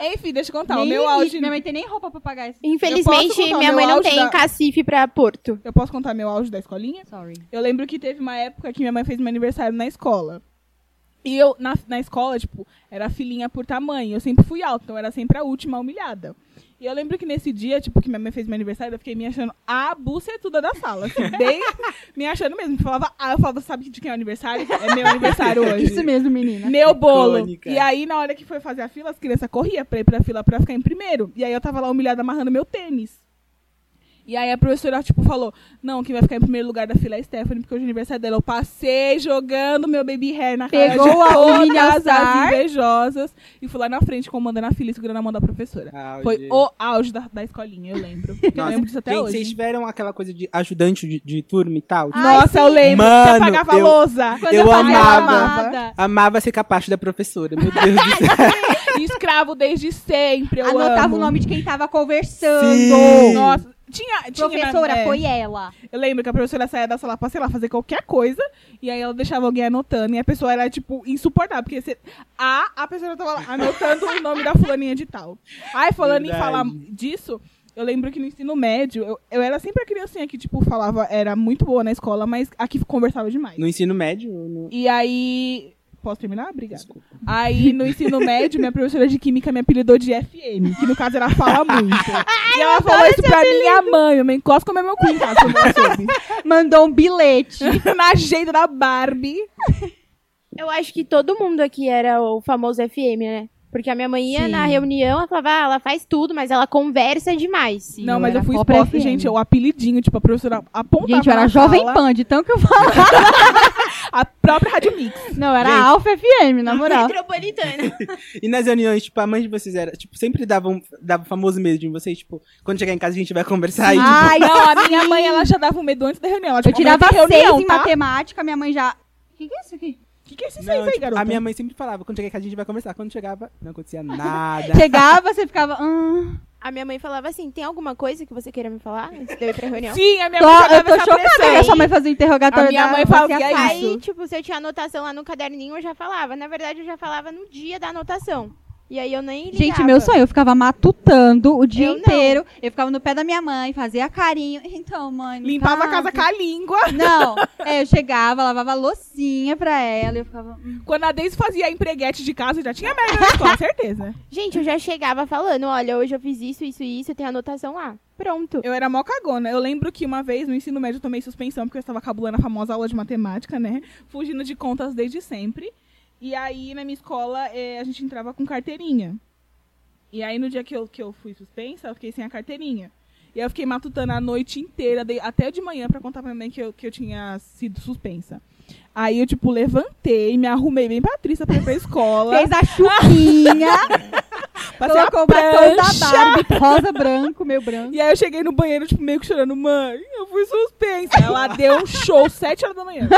C: Enfim, deixa eu contar.
B: nem
C: Tá, o meu
B: limite,
C: auge.
B: Minha mãe tem nem roupa pra pagar esse.
C: Eu posso
D: Infelizmente,
C: contar o
D: minha
C: meu
D: mãe não
C: auge
D: tem
C: da-
D: cacife pra Porto.
C: Eu posso contar meu auge da escolinha?
B: Sorry.
C: Eu lembro que teve uma época que minha mãe fez meu aniversário na escola. E eu, na, na escola, tipo, era filinha por tamanho. Eu sempre fui alta, então eu era sempre a última humilhada. E eu lembro que nesse dia, tipo, que minha mãe fez meu aniversário, eu fiquei me achando a bucetuda da sala. Assim, bem me achando mesmo. Falava, ah, eu falava, sabe de quem é o aniversário? É meu aniversário hoje.
B: Isso mesmo, menina.
C: Meu bolo.
E: Icônica.
C: E aí, na hora que foi fazer a fila, as crianças corriam pra ir pra fila pra ficar em primeiro. E aí eu tava lá humilhada amarrando meu tênis. E aí a professora, tipo, falou: Não, quem vai ficar em primeiro lugar da fila é a Stephanie, porque hoje é aniversário dela. Eu passei jogando meu baby hair na cara de
B: Pegou a
C: todas
B: humilhação.
C: as invejosas. E fui lá na frente, comandando a fila e segurando a mão da professora.
E: Auge.
C: Foi o auge da, da escolinha, eu lembro. eu
E: Nossa,
C: lembro disso até
E: gente,
C: hoje.
E: vocês tiveram aquela coisa de ajudante de, de turma e tal?
B: Ai,
C: Nossa, eu lembro.
E: Mano,
C: você pagava
E: eu-
C: lousa.
B: Quando
E: eu
B: fazia
E: amava.
B: chamada,
E: Amava ser capacho da professora, meu Deus do céu.
C: Escravo desde sempre. Eu
B: Anotava
C: amo.
B: o nome de quem tava conversando.
E: Sim.
C: Nossa, tinha. tinha
B: Professora,
C: é.
B: foi ela.
C: Eu lembro que a professora saía da sala pra, sei lá, fazer qualquer coisa. E aí ela deixava alguém anotando. E a pessoa era, tipo, insuportável. Porque você, a, a pessoa tava lá anotando o nome da fulaninha de tal. Aí, falando em
E: Verdade.
C: falar disso, eu lembro que no ensino médio, eu, eu era sempre a criancinha que, tipo, falava, era muito boa na escola, mas aqui conversava demais.
E: No ensino médio? né? No...
C: E aí. Posso terminar? Obrigada. Aí, no ensino médio, minha professora de química me apelidou de FM, que no caso era Fala Muito. e ela falou isso pra minha mãe. Minha mãe quase comeu meu cu em casa, quando ela soube.
B: Mandou um bilhete.
C: na agenda da Barbie.
D: Eu acho que todo mundo aqui era o famoso FM, né? Porque a minha mãe ia
B: Sim.
D: na reunião, ela falava, ah, ela faz tudo, mas ela conversa demais.
C: não,
B: eu
C: mas
B: era
C: eu fui
B: Cobra
C: exposta,
B: FM.
C: gente, o apelidinho, tipo, a professora apontava
B: Gente, eu era
C: na
B: Jovem
C: sala,
B: Pan, de tanto que eu falava.
C: A própria Rádio Mix.
B: Não, era
E: Gente.
B: Alfa FM, na moral.
D: Metropolitana.
E: E nas reuniões, tipo, a mãe de vocês era, tipo, sempre dava, um, dava o famoso medo em vocês, tipo, quando chegar em casa a gente vai conversar e, tipo,
B: Ai,
C: Não, a minha mãe, ela já dava um medo antes da reunião. Ela,
B: eu
C: tipo,
B: tirava
C: "Amanhã tem
B: seis
C: reunião,
B: em
C: tá?
B: matemática, minha mãe já... O que, que é isso aqui?
C: O que, que é esse
E: Não,
C: seis aí,
E: tipo,
C: garota?
E: a minha mãe sempre falava, quando chegar em casa a gente vai conversar. Quando chegava, não acontecia nada.
B: Chegava, você ficava... "Hum,
D: A minha mãe falava assim, tem alguma coisa que você queira me falar antes de eu ir pra reunião?
C: Sim, a minha
B: tô-
C: mãe já
B: eu
C: dava
B: tô
C: essa
B: chocada
C: pressão.
B: que a sua mãe fazia o interrogatório
C: A minha
B: da
C: mãe fala
B: você
C: que é
B: assava.
C: isso.
D: Aí, tipo, se eu tinha anotação lá no caderninho, eu já falava. Na verdade, eu já falava no dia da anotação. E aí eu nem ligava.
B: Gente, meu sonho, eu ficava matutando o dia
D: Eu não.
B: inteiro. Eu ficava no pé da minha mãe, fazia carinho. Então, mãe. não
C: Limpava a
B: faz.
C: casa com a língua.
B: Não, é, eu chegava, lavava a loucinha pra ela, eu ficava. "Hum,
C: Quando a Deise fazia empreguete de casa, já tinha merda na escola, certeza.
D: Gente, eu já chegava falando, olha, hoje eu fiz isso, isso e isso, tem anotação lá. Pronto.
C: Eu era mó cagona. Eu lembro que uma vez no ensino médio eu tomei suspensão porque eu estava cabulando a famosa aula de matemática, né? Fugindo de contas desde sempre. E aí na minha escola eh, a gente entrava com carteirinha. E aí no dia que eu, que eu fui suspensa, eu fiquei sem a carteirinha. E aí eu fiquei matutando a noite inteira, dei- até de manhã, pra contar pra minha mãe que eu, que eu tinha sido suspensa. Aí eu, tipo, levantei, me arrumei bem Patrícia pra ir pra escola.
B: Fez a chuquinha,
C: passei a
B: colocou o batom da
C: prancha.
B: Barbie, rosa, branco, meu branco.
C: E aí eu cheguei no banheiro, tipo, meio que chorando, mãe, eu fui suspensa. Ela deu um show sete horas da manhã.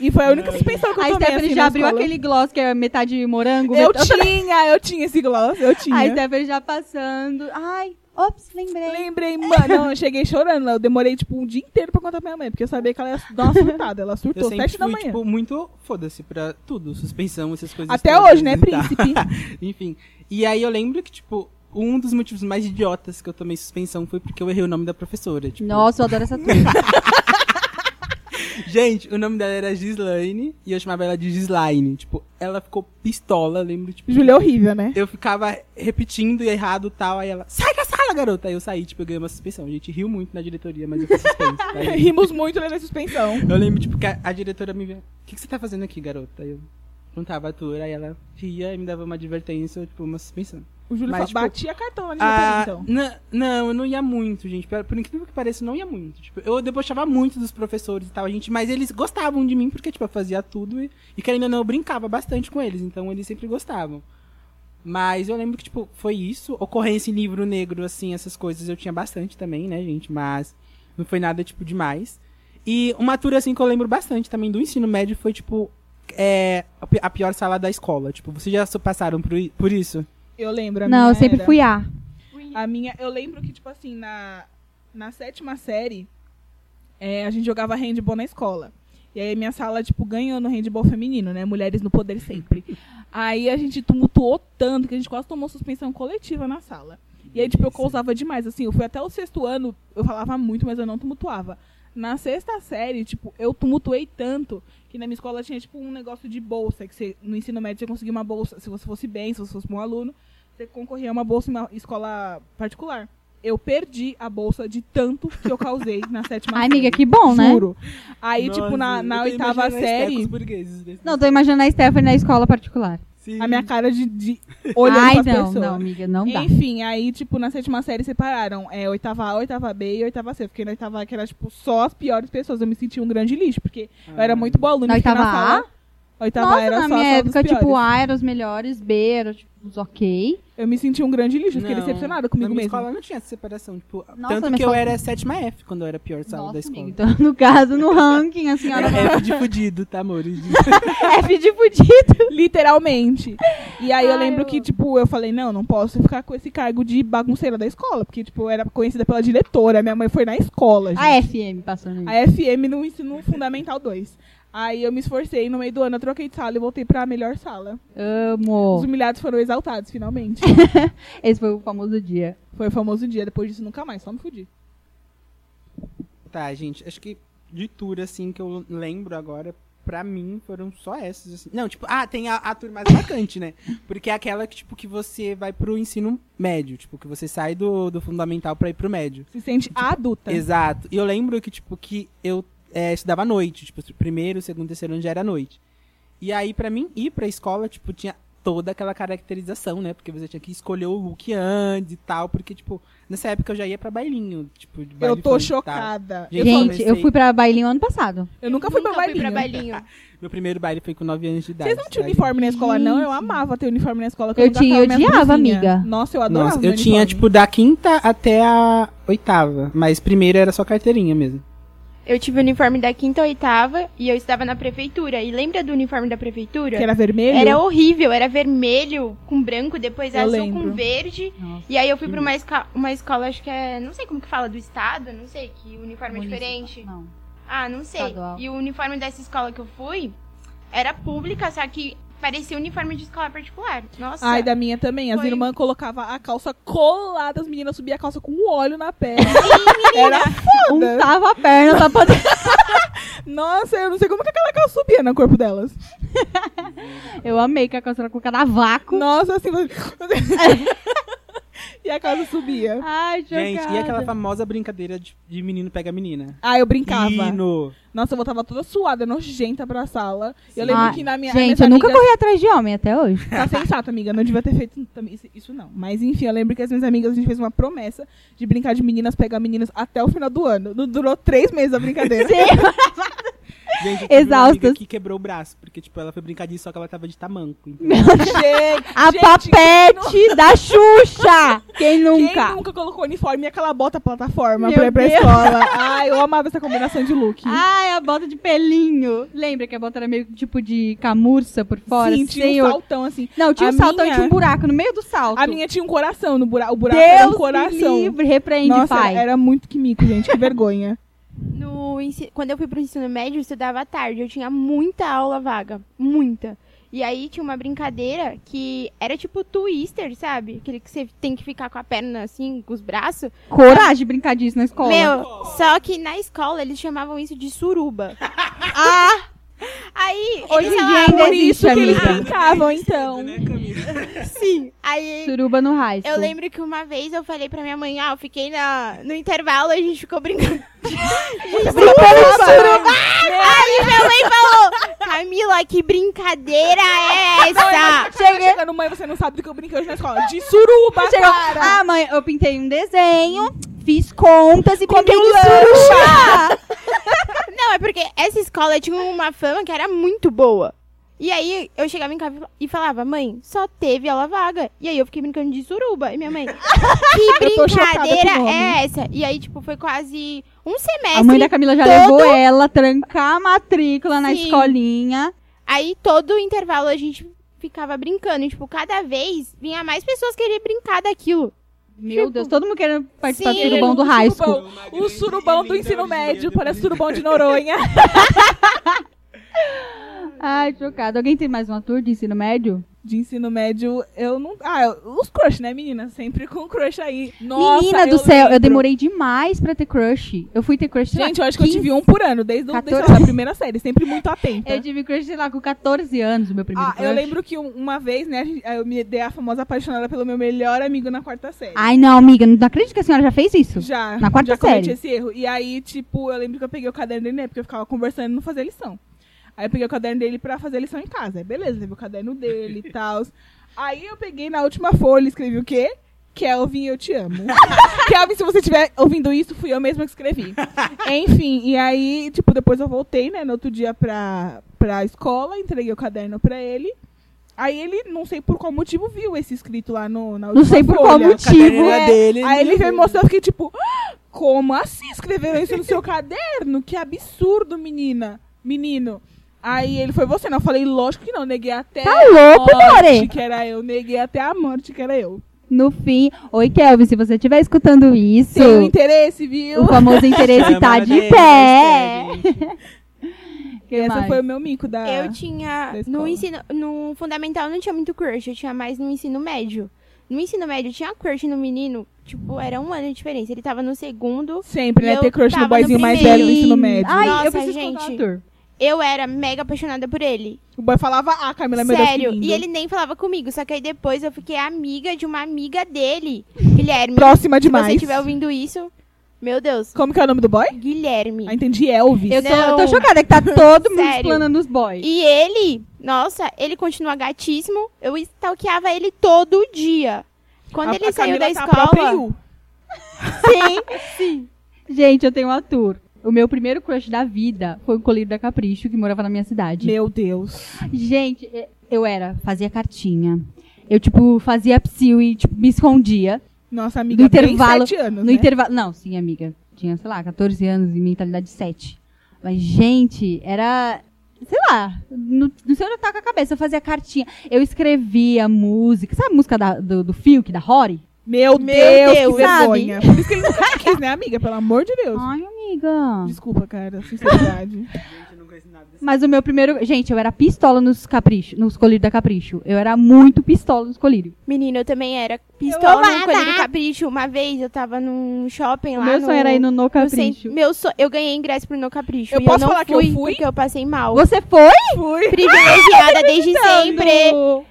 C: E foi a única suspensão que eu
B: A
C: tomei,
B: Stephanie
C: assim,
B: já
C: na
B: abriu
C: escola.
B: aquele gloss que é metade morango.
C: Eu
B: metade...
C: tinha, eu tinha esse gloss, eu tinha.
B: A Stephanie já passando. Ai, ops, lembrei.
C: Lembrei, mano, não, eu cheguei chorando. Eu demorei, tipo, um dia inteiro pra contar pra minha mãe, porque eu sabia que ela ia dar uma surtada. Ela
E: Eu
C: surtou
E: sempre
C: sete da
E: fui,
C: manhã.
E: tipo, muito foda-se pra tudo, suspensão, essas coisas.
C: Até
E: todas
C: hoje, né,
E: e tal.
C: príncipe?
E: Enfim. E aí eu lembro que, tipo, um dos motivos mais idiotas que eu tomei suspensão foi porque eu errei o nome da professora. Tipo,
B: Nossa, eu adoro essa turma.
E: Gente, o nome dela era Gislaine e eu chamava ela de Gislaine. Tipo, ela ficou pistola, eu lembro, tipo.
C: Júlia é horrível, né?
E: Eu ficava repetindo e errado e tal, aí ela, sai da sala, garota! Aí eu saí, tipo, eu ganhei uma suspensão. A gente riu muito na diretoria, mas eu fui suspenso. tá?
C: Rimos muito na suspensão.
E: Eu lembro, tipo, que a, a diretora me via, o que, que você tá fazendo aqui, garota? Aí eu contava a tour, aí ela ria e me dava uma advertência, ou, tipo, uma suspensão.
C: O Júlio
E: Mas,
C: fa-
E: tipo,
C: batia cartão ali
E: Ah,
C: na então.
E: na- não, eu não ia muito, gente. Por, por incrível que pareça, eu não ia muito. Tipo, eu debochava muito dos professores e tal, gente, mas eles gostavam de mim porque, tipo, eu fazia tudo e, e querendo ou não, eu brincava bastante com eles, então eles sempre gostavam. Mas eu lembro que, tipo, foi isso. Ocorrência em livro negro, assim, essas coisas eu tinha bastante também, né, gente? Mas não foi nada, tipo, demais. E uma turma, assim, que eu lembro bastante também do ensino médio foi, tipo, é a pi- a pior sala da escola? Tipo, vocês já so- passaram por, i- por isso?
C: Eu lembro. A
B: Não,
C: minha
B: eu sempre
C: era-
B: fui A.
C: A minha, eu lembro que, tipo assim, na, na sétima série, é, a gente jogava handball na escola. E aí a minha sala, tipo, ganhou no handball feminino, né? Mulheres no poder sempre. aí a gente tumultuou tanto que a gente quase tomou suspensão coletiva na sala. E aí, tipo, eu causava demais, assim, eu fui até o sexto ano, eu falava muito, mas eu não tumultuava. Na sexta série, tipo, eu tumultuei tanto que na minha escola tinha, tipo, um negócio de bolsa, que você, no ensino médio você conseguia uma bolsa, se você fosse bem, se você fosse bom aluno, você concorria a uma bolsa em uma escola particular. Eu perdi a bolsa de tanto que eu causei na sétima
B: Ai, amiga, que bom, né?
C: Juro. Aí, tipo, na,
E: Nossa,
C: na
E: eu tô
C: oitava
E: imaginando as teclas
C: série,
E: burgueses desse-
B: Não, tô imaginando a Stephanie na escola particular.
E: Sim.
C: a minha cara de, de olhando
B: Ai,
C: pras
B: não,
C: pessoas.
B: não, amiga, não dá.
C: Enfim, aí, tipo, na sétima série separaram é, oitava A, oitava B e oitava C. Eu Fiquei na oitava A, que era, tipo, só as piores pessoas. Eu me senti um grande lixo, porque eu
E: Ah.
C: era muito boa aluna.
B: Na
C: eu fiquei
B: oitava A?
C: sala- Oitava
B: Nossa,
C: A era
B: na
C: só a
B: minha
C: sala dos
B: época, tipo,
C: piores.
B: A era os melhores, B era tipo, os ok.
C: Eu me senti um grande lixo, eu fiquei
E: Não,
C: decepcionada
E: na
C: comigo
E: minha
C: mesma.
E: escola não tinha essa separação. Tipo,
B: na
E: tanto
B: minha
E: que eu
B: escola-
E: era sétima F quando eu era a pior sala da
B: Nossa,
E: escola.
B: amiga, então, no caso, no ranking, a senhora
E: É F de fudido, tá, amores?
B: F de fudido.
C: Literalmente. E aí eu
D: Ai,
C: lembro
D: eu
C: que,
D: amo.
C: tipo, eu falei, não, não posso ficar com esse cargo de bagunceira da escola. Porque, tipo, eu era conhecida pela diretora, minha mãe foi na escola, gente.
B: A FM passou nisso.
C: A FM no ensino fundamental 2. Aí eu me esforcei, no meio do ano eu troquei de sala e voltei pra melhor sala. Os
B: Amo.
C: humilhados foram exaltados, finalmente.
B: Esse foi o famoso dia.
C: Foi o famoso dia, depois disso nunca mais, só me fudi.
E: Tá, gente, acho que de tour, assim, que eu lembro agora, pra mim, foram só essas, assim. Não, tipo, ah, tem a, a tour mais marcante, né? Porque é aquela que, tipo, que você vai pro ensino médio, tipo, que você sai do, do fundamental pra ir pro médio.
C: Se sente adulta.
E: Exato. E eu lembro que, tipo, que eu é, estudava à noite, tipo, primeiro, segundo, terceiro ano já era à noite. E aí, pra mim, ir pra escola, tipo, tinha toda aquela caracterização, né? Porque você tinha que escolher o look antes e tal, porque, tipo, nessa época eu já ia pra bailinho, tipo, de
C: eu
E: baile
C: tô
E: funk e tal.
C: chocada.
E: Eu
B: Gente,
E: comecei-
B: eu fui pra bailinho ano passado.
C: Eu nunca fui pra
D: Fui pra
C: bailinho.
D: bailinho.
E: Meu primeiro baile foi com 9 anos de idade.
C: Vocês não tinham
E: tá,
C: uniforme na escola, não? Eu
B: Gente.
C: amava ter uniforme na escola. que
B: Eu
C: não
B: tinha,
C: gastava
B: eu
C: minhas
B: odiava,
C: blusinhas.
B: amiga.
C: Nossa, eu
E: gente?
C: adorava
E: Nossa,
C: meu
E: eu tinha,
C: uniforme.
E: tipo, da quinta até a oitava. Mas primeiro era só carteirinha mesmo.
D: Eu tive o uniforme da quinta ou oitava e eu estava na prefeitura. E lembra do uniforme da prefeitura?
C: Que era vermelho?
D: Era horrível, era vermelho com branco, depois
C: Eu
D: azul
C: lembro.
D: com verde.
B: Nossa.
D: E aí eu fui pra uma, esca- uma escola, acho que é. Não sei como que fala, do estado, não sei, que o uniforme é diferente.
B: Não.
D: Ah, não sei.
B: Estadual.
D: E o uniforme dessa escola que eu fui era pública, só que parecia uniforme de escola particular. Nossa.
C: Ai, da minha também. As
D: Foi.
C: irmãs colocavam a calça colada, as meninas subiam a calça com óleo na perna. Era
D: um
C: foda.
B: Untava Um a perna pra poder...
C: Nossa, eu não sei como que aquela calça subia no corpo delas.
B: Eu amei que a calça era colocada a vácuo.
C: Nossa, assim. você- e a calça subia.
B: Ai, jogada.
E: Gente, e aquela famosa brincadeira de, de menino pega menina?
C: Ah, eu brincava.
E: Hino.
C: Nossa, eu voltava toda suada, nojenta pra sala. E Eu
E: Sim.
C: lembro
B: Ah,
C: que na minha.
B: Gente,
C: minhas
B: eu nunca
C: amigas-
B: corri atrás de homem até hoje.
C: Tá sensato, amiga. Não devia ter feito tam- isso- isso, não. Mas enfim, eu lembro que as minhas amigas, a gente fez uma promessa de brincar de meninas pegar meninas até o final do ano. Não durou três meses a brincadeira.
E: Gente, eu tive uma amiga
B: Exaustas.
E: que quebrou o braço, porque, tipo, ela foi brincar disso, só que ela tava de tamanco. Então,
C: Gente,
B: A
C: gente,
B: papete da Xuxa! Quem nunca?
C: Quem nunca colocou uniforme e aquela bota plataforma
B: Meu
C: pra ir pra
B: Deus. Ah,
C: escola? Ai, eu amava essa combinação de look.
B: Ai, a bota de pelinho. Lembra que a bota era meio que tipo de camurça por fora?
C: Sim,
B: sem
C: tinha um
B: o-
C: saltão assim.
B: Não, tinha
C: A
B: um saltão e
C: minha-
B: tinha um buraco no meio do salto.
C: A minha tinha um coração no buraco. O buraco
B: Deus
C: era um
B: me
C: coração.
B: livre, repreende,
C: Nossa,
B: pai.
C: era, era muito que mico, gente. Que vergonha.
D: No ensi- Quando eu fui pro ensino médio, eu estudava à tarde. Eu tinha muita aula vaga. Muita. E aí tinha uma brincadeira que era tipo twister, sabe? Aquele que você tem que ficar com a perna assim, com os braços.
B: Coragem de brincar disso na escola.
D: Meu, só que na escola eles chamavam isso de suruba.
B: Ah,
D: Aí,
B: Hoje
D: eles
B: em
D: falavam-
B: Ainda
C: Por é isso
B: existe,
C: que eles
B: amiga.
C: brincavam, então.
B: né?
D: Sim. Aí
B: suruba no high school.
C: Tipo,
D: eu lembro que uma vez eu falei pra minha mãe, ah, eu fiquei na... no intervalo, a gente ficou brincando. A gente brincava. Aí minha mãe falou, Camila, que brincadeira é essa?
C: Chega, chega no mãe, você não sabe do que eu brinquei hoje na escola. De suruba,
B: Chegou,
C: cara.
B: Ah, mãe, eu pintei um desenho, fiz contas e
C: Comi
B: brinquei
C: um
B: de suruba.
D: Não, é porque essa escola tinha uma fama que era muito boa. E aí eu chegava em casa e falava, mãe, só teve aula vaga. E aí eu fiquei brincando de suruba. E minha mãe, que
C: Eu tô chocada com o
D: brincadeira
C: nome.
D: é essa? E aí, tipo, foi quase um
B: A mãe da
D: semestre.
B: Camila já
D: todo-
B: levou ela a trancar a matrícula na
D: Sim.
B: escolinha.
D: Aí todo intervalo a gente ficava brincando. E, tipo, cada vez vinha mais pessoas querer brincar daquilo.
C: Tipo,
B: Meu Deus, todo mundo querendo participar
D: Sim,
B: do surubão do
C: o
B: high
C: surubão.
B: school.
C: O surubão do ensino médio para surubão de Noronha.
B: Ai, chocado. Alguém tem mais uma tour de ensino médio?
C: De ensino médio, eu não. Ah, eu- os crush, né, menina? Sempre com crush aí. Nossa,
B: Menina do
C: eu
B: céu, eu
C: lembro.
B: demorei demais pra ter crush. Eu fui ter crush, sei lá,
C: Gente, eu acho que eu
B: 15.
C: tive um por ano, desde, o- desde
B: 14.
C: a primeira série, sempre muito atenta.
B: Eu tive crush, sei lá, com 14 anos, o meu primeiro
C: Ah,
B: crush.
C: eu lembro que um- uma vez, né, a gente- eu me dei a famosa apaixonada pelo meu melhor amigo na quarta série.
B: Ai, não, amiga, não acredito que a senhora já fez isso.
C: Já.
B: Na quarta
C: já cometi
B: série?
C: esse erro. E aí, tipo, eu lembro que eu peguei o caderno dele, né? Porque eu ficava conversando e não fazia lição. Aí eu peguei o caderno dele pra fazer lição em casa. Aí beleza, levei o caderno dele e tal. Aí eu peguei na última folha e escrevi o quê? Kelvin, eu te amo. Kelvin, se você estiver ouvindo isso, fui eu mesma que escrevi. Enfim, e aí, tipo, depois eu voltei, né, no outro dia pra, pra escola, entreguei o caderno pra ele. Aí ele, não sei por qual motivo, viu esse escrito lá no, na
B: Não
C: última
B: sei por qual
C: folha.
B: motivo.
E: Era
C: É,
E: dele,
C: aí ele
E: meu
C: veio e
E: Deus.
C: mostrou, eu fiquei tipo, "Ah, como assim escreveram isso no seu caderno? Que absurdo, menina. Menino. Aí ele foi você, não. Eu falei, lógico que não, neguei até
B: Tá louco,
C: a morte
B: Dore?
C: que era eu. Neguei até a morte que era eu.
B: No fim. Oi, Kelvin, se você estiver escutando isso,
C: Seu interesse, viu?
B: o famoso interesse
E: Chama
B: tá
E: ela
B: de
E: dele,
B: pé.
E: hashtag.
B: Que
C: Essa
B: mais?
C: foi o meu mico
B: Ah,
C: da.
D: Eu tinha.
C: da
D: No
C: escola.
D: ensino. No fundamental eu não tinha muito crush, eu tinha mais no ensino médio. No ensino médio eu tinha crush no menino, tipo, era um ano de diferença. Ele tava no segundo.
C: Sempre, né?
D: Eu
C: Ter crush no
D: tava no
C: boyzinho mais
D: primeiro.
C: velho do ensino médio.
B: Ai,
D: Nossa,
B: eu preciso contar
D: gente.
B: uma tour.
D: Eu era mega apaixonada por ele.
C: O boy falava, ah, Camila, meu Deus.
D: Sério.
C: que lindo."
D: E ele nem falava comigo. Só que aí depois eu fiquei amiga de uma amiga dele. Guilherme.
C: Próxima demais.
D: Se você estiver ouvindo isso, meu Deus.
C: Como que é o nome do boy?
D: Guilherme.
C: Ah, entendi, Elvis.
B: Eu tô,
D: Não.
B: eu tô chocada que tá todo mundo
D: Sério.
B: explanando os boys.
D: E ele, nossa, ele continua gatíssimo. Eu stalkeava ele todo dia. Quando
C: A-
D: ele
C: a
D: saiu
C: Camila
D: da
C: tá a própria
D: escola.
C: Yu.
B: Gente, eu tenho uma tour. O meu primeiro crush da vida foi o Colírio da Capricho, que morava na minha cidade.
C: Meu Deus.
B: Gente, é- eu era, fazia cartinha. Eu, tipo, fazia psiu e, tipo, me escondia.
C: Nossa, amiga,
B: No intervalo-
C: tem sete anos,
B: No
C: né?
B: intervalo. Não, sim, amiga. Tinha, sei lá, 14 anos e mentalidade 7. Mas, gente, era. Sei lá, não, não sei onde eu tava com a cabeça. Eu fazia cartinha. Eu escrevia música. Sabe a música da- do, do Fiuk, da Rory?
C: Meu
D: Meu
C: Deus,
D: Deus,
C: que
D: sabe? Ah.
C: vergonha. Por isso que ele nunca me quis, né, amiga? Pelo amor de Deus.
B: Ai, amiga.
C: Desculpa, cara, sinceridade.
E: Gente, eu não conheço nada desse-
B: Mas o meu primeiro. Gente, eu era pistola nos capricho, nos colírios da capricho. Eu era muito pistola nos colírios.
D: Menino, eu também era pistolada.
B: amava.
D: no Colírio Capricho. Uma vez eu tava num shopping lá.
B: meu sonho era ir no No
D: no centro-
B: Capricho.
D: meu so- Eu ganhei ingresso pro No Capricho.
C: Eu
D: e
C: posso
D: eu não
C: falar que eu
D: fui
C: fui?
D: porque eu passei mal.
B: Você foi?
C: Fui.
D: Privilegiada desde sempre.
B: Não.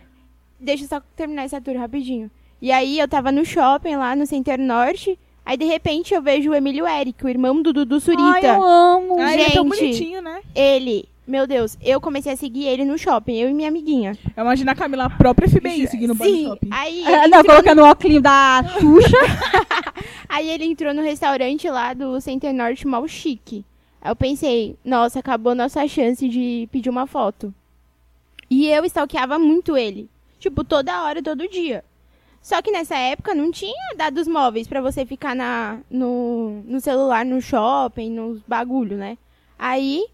D: Deixa eu só terminar essa tour rapidinho. E aí eu tava no shopping lá no Center Norte. Aí de repente eu vejo o Emílio Eric, o irmão do Dudu
B: Ai,
D: Surita.
B: eu amo.
C: Ai, ele é tão
D: Gente.
C: bonitinho, né?
D: ele, meu Deus, eu comecei a seguir ele no shopping, eu e minha amiguinha.
C: Eu imagino a É Camila, a própria FBI, seguindo o Body Shop.
D: Aí,
B: Ah,
D: ele
B: não,
D: entrou,
B: colocando o óculos da Xuxa.
D: aí ele entrou no restaurante lá do Center Norte mal chique. Aí eu pensei, nossa, acabou nossa chance de pedir uma foto. E eu stalkeava muito ele. Tipo, toda hora, todo dia. Só que nessa época não tinha dados móveis pra você ficar na, no, no celular, no shopping, nos bagulho, né? Aí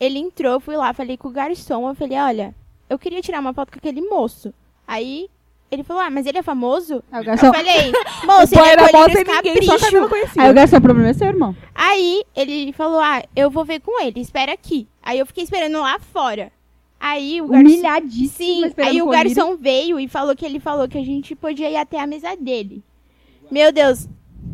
D: ele entrou, fui lá, falei com o garçom, eu falei, olha, eu queria tirar uma foto com aquele moço. Aí ele falou, ah, mas ele é famoso?
B: Aí o
D: Eu
B: garçom,
D: falei, moço,
C: O boy
D: ele
C: era
D: é
C: mó sem
D: colírio
C: ninguém, só a Camila
D: capricho.
C: conhecia.
B: aí o garçom, o problema é seu, irmão.
D: Aí ele falou, ah, eu vou ver com ele, espera aqui. Aí eu fiquei esperando lá fora. Aí o garçom...
B: Humilhadíssimo.
D: Sim, aí o garçom veio e falou que ele falou que a gente podia ir até a mesa dele. Meu Deus,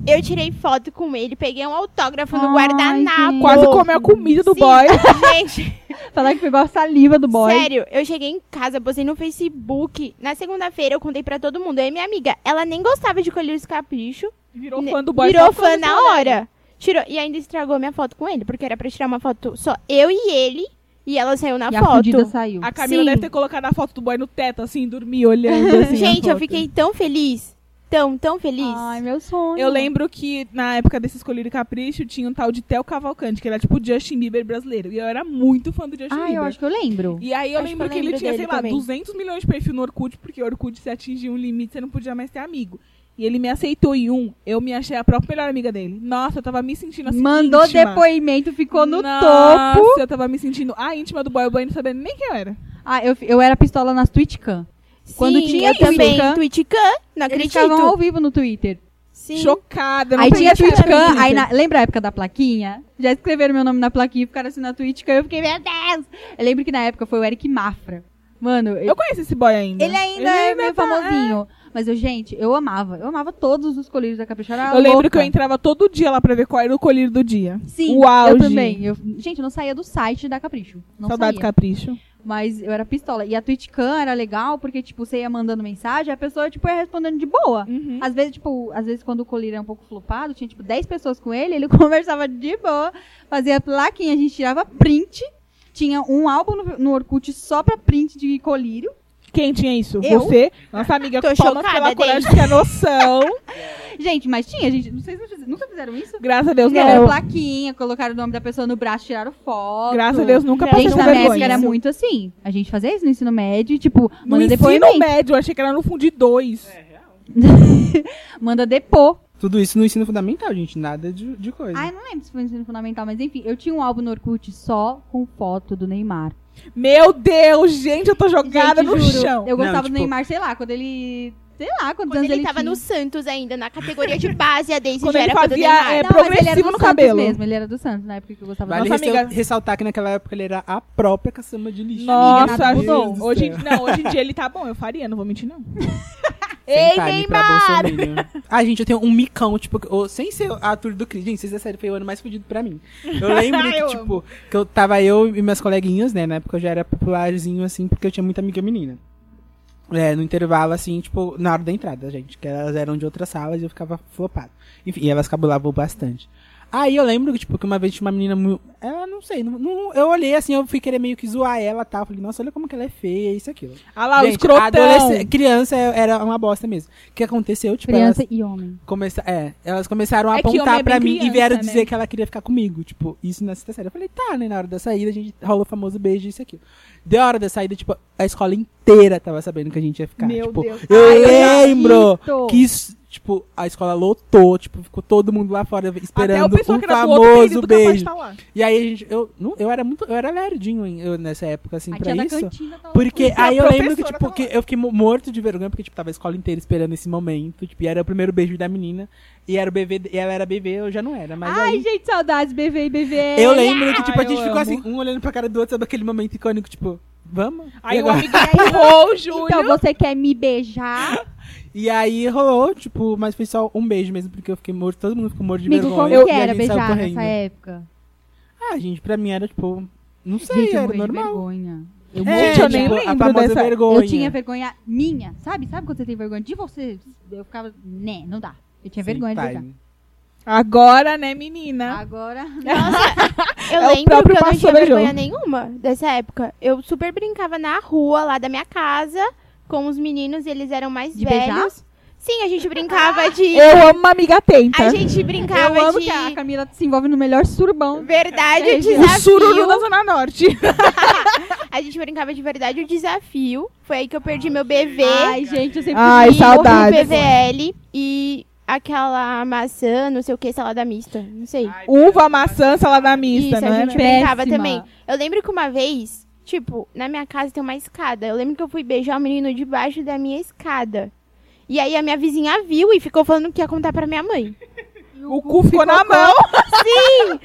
D: eu tirei foto com ele, peguei um autógrafo no
B: Ai,
D: guardanapo.
B: gente.
C: Quase comeu a comida do
D: Sim,
C: boy.
D: Gente,
B: Falar que pegou a saliva do boy.
D: sério, eu cheguei em casa, postei no Facebook. Na segunda-feira eu contei pra todo mundo. Aí minha amiga, ela nem gostava de colher os capricho.
C: Virou
D: Ne-
C: fã do boy.
D: Né, Virou
C: só por causa
D: fã na
C: dela.
D: hora. Tirou, e ainda estragou minha foto com ele, porque era pra tirar uma foto só eu e ele, e ela saiu na
B: E a
D: foto.
B: fudida saiu.
C: A Camila
D: Sim.
C: deve ter colocado a foto do boy no teto, assim, dormir, olhando, assim, a
D: Gente, eu
C: foto.
D: fiquei tão feliz. Tão, tão feliz.
B: Ai, meu sonho.
C: Eu lembro que na época desse Escolhido e Capricho tinha um tal de Theo Cavalcante, que era tipo o Justin Bieber brasileiro. E eu era muito fã do Justin
B: Ah,
C: Bieber.
B: eu acho que eu lembro.
D: é
C: E aí eu
D: Acho que
C: lembro
D: eu
C: que ele
D: lembro
C: tinha, sei
D: dele
C: lá,
D: também.
C: 200 milhões de perfil no Orkut, porque o Orkut se atingia um limite, você não podia mais ter amigo. E ele me aceitou em um, eu me achei a própria melhor amiga dele. Nossa, eu tava me sentindo assim.
B: Mandou
C: íntima.
B: depoimento, ficou no
C: Nossa,
B: topo.
C: eu tava me sentindo a íntima do boy, o boy não sabendo nem quem eu era.
B: Ah, eu, fi- eu era pistola nas TwitchCam. Quando
D: Sim,
B: tinha
D: eu também
B: Twitchcan,
D: Twitchcan,
B: Eles
D: não acredito.
B: estavam ao vivo no Twitter.
D: Sim.
C: Chocada. não
B: aí tinha
C: acredito que era
B: TwitchCam,
C: isso.
B: aí na- lembra a época da plaquinha? Já escreveram meu nome na plaquinha e ficaram assim na TwitchCam. Eu fiquei, meu Deus! Eu lembro que na época foi o Eric Mafra. Mano,
C: Eu conheço esse boy ainda.
B: Ele ainda é meio famosinho. Mas eu, gente, eu amava. Eu amava todos os colírios da Caprichora. era
C: Eu lembro
B: louca.
C: que eu entrava todo dia lá pra ver qual era o colírio do dia.
B: Sim,
C: O auge.
B: eu também. Eu- gente, eu não saía do site da Capricho. Não
C: Saudade
B: saía.
C: Capricho.
B: Mas eu era pistola. E a TwitchCam era legal porque, tipo, você ia mandando mensagem, a pessoa, tipo, ia respondendo de boa.
C: Uhum.
D: Uhum.
B: Às vezes, tipo, às vezes quando o colírio era um pouco flopado, tinha, tipo, 10 pessoas com ele, ele conversava de boa, fazia plaquinha, a gente tirava print. Tinha um álbum no, no Orkut só pra print de colírio.
C: Quem tinha isso?
B: Eu?
C: Você, nossa amiga
D: Tô
C: palmas pela
D: chocada, Deise.
C: coragem, que é noção.
B: Gente, mas tinha, gente. Vocês não fiz- nunca fizeram isso?
C: Graças a Deus,
B: Fizeram
C: não.
B: plaquinha, colocaram o nome da pessoa no braço, tiraram foto.
C: Graças a Deus, nunca
D: Não,
B: A
C: passei
B: gente
C: um
B: na
C: vergonha.
B: México era muito assim. A gente fazia isso no ensino médio, tipo,
C: No
B: manda
C: ensino
B: depoimento.
C: médio, eu achei que era no fundo de dois.
B: Manda depô.
E: Tudo isso no ensino fundamental, gente. Nada de, de coisa.
B: Ai, não lembro se foi no ensino fundamental, mas enfim, eu tinha um álbum no Orkut só com foto do Neymar.
C: Meu Deus, gente, eu tô jogada
B: Gente,
C: no
B: juro,
C: chão.
B: Eu
E: Não,
B: gostava do
E: tipo-
B: Neymar, sei lá, quando ele. Sei lá, quantos
D: Quando
B: anos
D: ele
B: ele
D: tava
B: tinha.
D: no Santos ainda, na categoria de base, a Daisy
C: Quando
D: já
C: ele
D: era fã do
C: fazia,
D: Neymar.
B: Não,
C: é,
B: mas ele era
C: progressivo
B: do
C: no
B: Santos
C: cabelo.
B: mesmo, ele era do Santos, na época que eu gostava
E: Vale
C: Nossa
E: ressal-
C: amiga-
E: ressaltar que naquela época ele era a própria caçamba de lixo.
C: Nossa,
E: Meu Deus
C: gente,
E: do
C: hoje,
E: céu.
C: não, hoje em dia ele tá bom, eu faria, não vou mentir, não.
E: Sem time pra Bolsonaro. Ah, gente, eu tenho um micão, tipo, que- ô, sem ser a tour do Cris. Gente, vocês é sério, foi o ano mais fudido pra mim. Eu lembro que,
C: Eu
E: tipo, que eu tava eu e minhas coleguinhas, né? Na época eu já era popularzinho, assim, porque eu tinha muita amiga menina. É, no intervalo, assim, tipo, na hora da entrada, gente. Que elas eram de outras salas e eu ficava flopado. Enfim, e elas cabulavam bastante. Aí eu lembro que, tipo, que uma vez tinha uma menina. mu- Ela, não sei, não, não- eu olhei assim, eu fui querer meio que zoar ela tal. Falei, nossa, olha como que ela é feia, isso e aquilo.
C: Olha Ah lá, o
E: Gente,
C: escrotão.
E: adolescente- criança é, era uma bosta mesmo. O que aconteceu, tipo,
B: Criança
E: elas,
B: e homem.
E: começa, é, elas começaram a
C: É que homem é
E: apontar
C: bem
E: pra mim e
C: criança,
E: vieram
C: né?
E: dizer que ela queria ficar comigo. Tipo, isso na sexta série. Eu falei, tá, né? Na hora da saída, a gente rolou o famoso beijo, isso e aquilo. Deu a hora da saída, tipo, a escola inteira tava sabendo que a gente ia ficar.
C: Meu
E: tipo,
C: Deus.
E: eu
C: Ai, eu já
E: lembro
B: acredito.
E: que isso. Tipo, a escola lotou, tipo, ficou todo mundo lá fora
C: Até o
E: esperando
C: pessoal
E: o
C: que era do outro
E: famoso
C: período capaz de
E: beijo.
C: falar.
E: E aí a gente, eu, não, eu era muito, eu era lerdinho hein, eu, nessa época, assim,
B: A
E: pra
B: tia é da
E: isso.
B: cantina tá tava.
E: Porque
C: Então, a
E: aí eu lembro que,
C: professora
E: tipo,
C: tá
E: que eu fiquei mo- morto de vergonha, porque, tipo, tava a escola inteira esperando esse momento. Tipo, e era o primeiro beijo da menina. E era o bebê, e ela era bebê, eu já não era. Mas
B: Ai,
E: aí.
B: gente, saudades, bebê e bebê.
E: Eu lembro que, tipo,
C: Ai,
E: a gente
C: eu amo.
E: ficou assim, um olhando pra cara do outro, sabe aquele momento icônico, tipo, vamos? e,
C: Aí o
E: agora?
C: amigo empurrou o Júlio.
B: Então você quer me beijar?
E: E aí rolou, tipo, mas foi só um beijo mesmo, porque eu fiquei morto, todo mundo ficou morto de
B: Amigo, como
E: vergonha.
B: que
E: e a
B: era
E: gente saiu
B: beijar
E: correndo.
B: nessa época?
E: Ah, gente, pra mim era, tipo, não sei,
B: Gente, eu
E: era
B: morri de
E: normal.
B: vergonha.
C: morri de
E: é, tipo,
C: vergonha.
E: a famosa
C: dessa- eu
E: vergonha.
B: Eu tinha vergonha minha, sabe? Sabe quando você tem vergonha de você? Eu ficava, né, não dá. Eu tinha vergonha de
E: Sim,
B: beijar.
E: time.
C: Agora, né, menina?
B: Agora,
D: Eu
C: É o
D: lembro
C: próprio
D: que eu não tinha
C: Pastor Beijão.
D: vergonha nenhuma dessa época. Eu super brincava na rua lá da minha casa com os meninos, eles eram mais
B: De
D: velhos.
B: beijar?
D: Sim, a gente brincava de.
C: Eu amo uma amiga atenta.
D: A gente brincava
B: Tá? eu amo
D: de.
B: que a Camila se envolve no melhor surbão.
D: Verdade, o
C: O sururu
D: desafio.
C: da Zona Norte.
D: A gente brincava de verdade o desafio. Foi aí que eu perdi meu BV.
B: Ai, gente, eu sempre
C: Ai,
D: e
C: saudades.
D: O PVL e aquela maçã, não sei o que, salada mista. Não sei.
C: Uva, maçã, salada mista,
D: Isso,
C: não
D: a
C: é?
D: gente brincava
B: Péssima.
D: também. Eu lembro que uma vez, tipo, na minha casa tem uma escada. Eu lembro que eu fui beijar o menino debaixo da minha escada. E aí a minha vizinha viu e ficou falando que ia contar pra minha mãe.
C: O cu ficou na mão.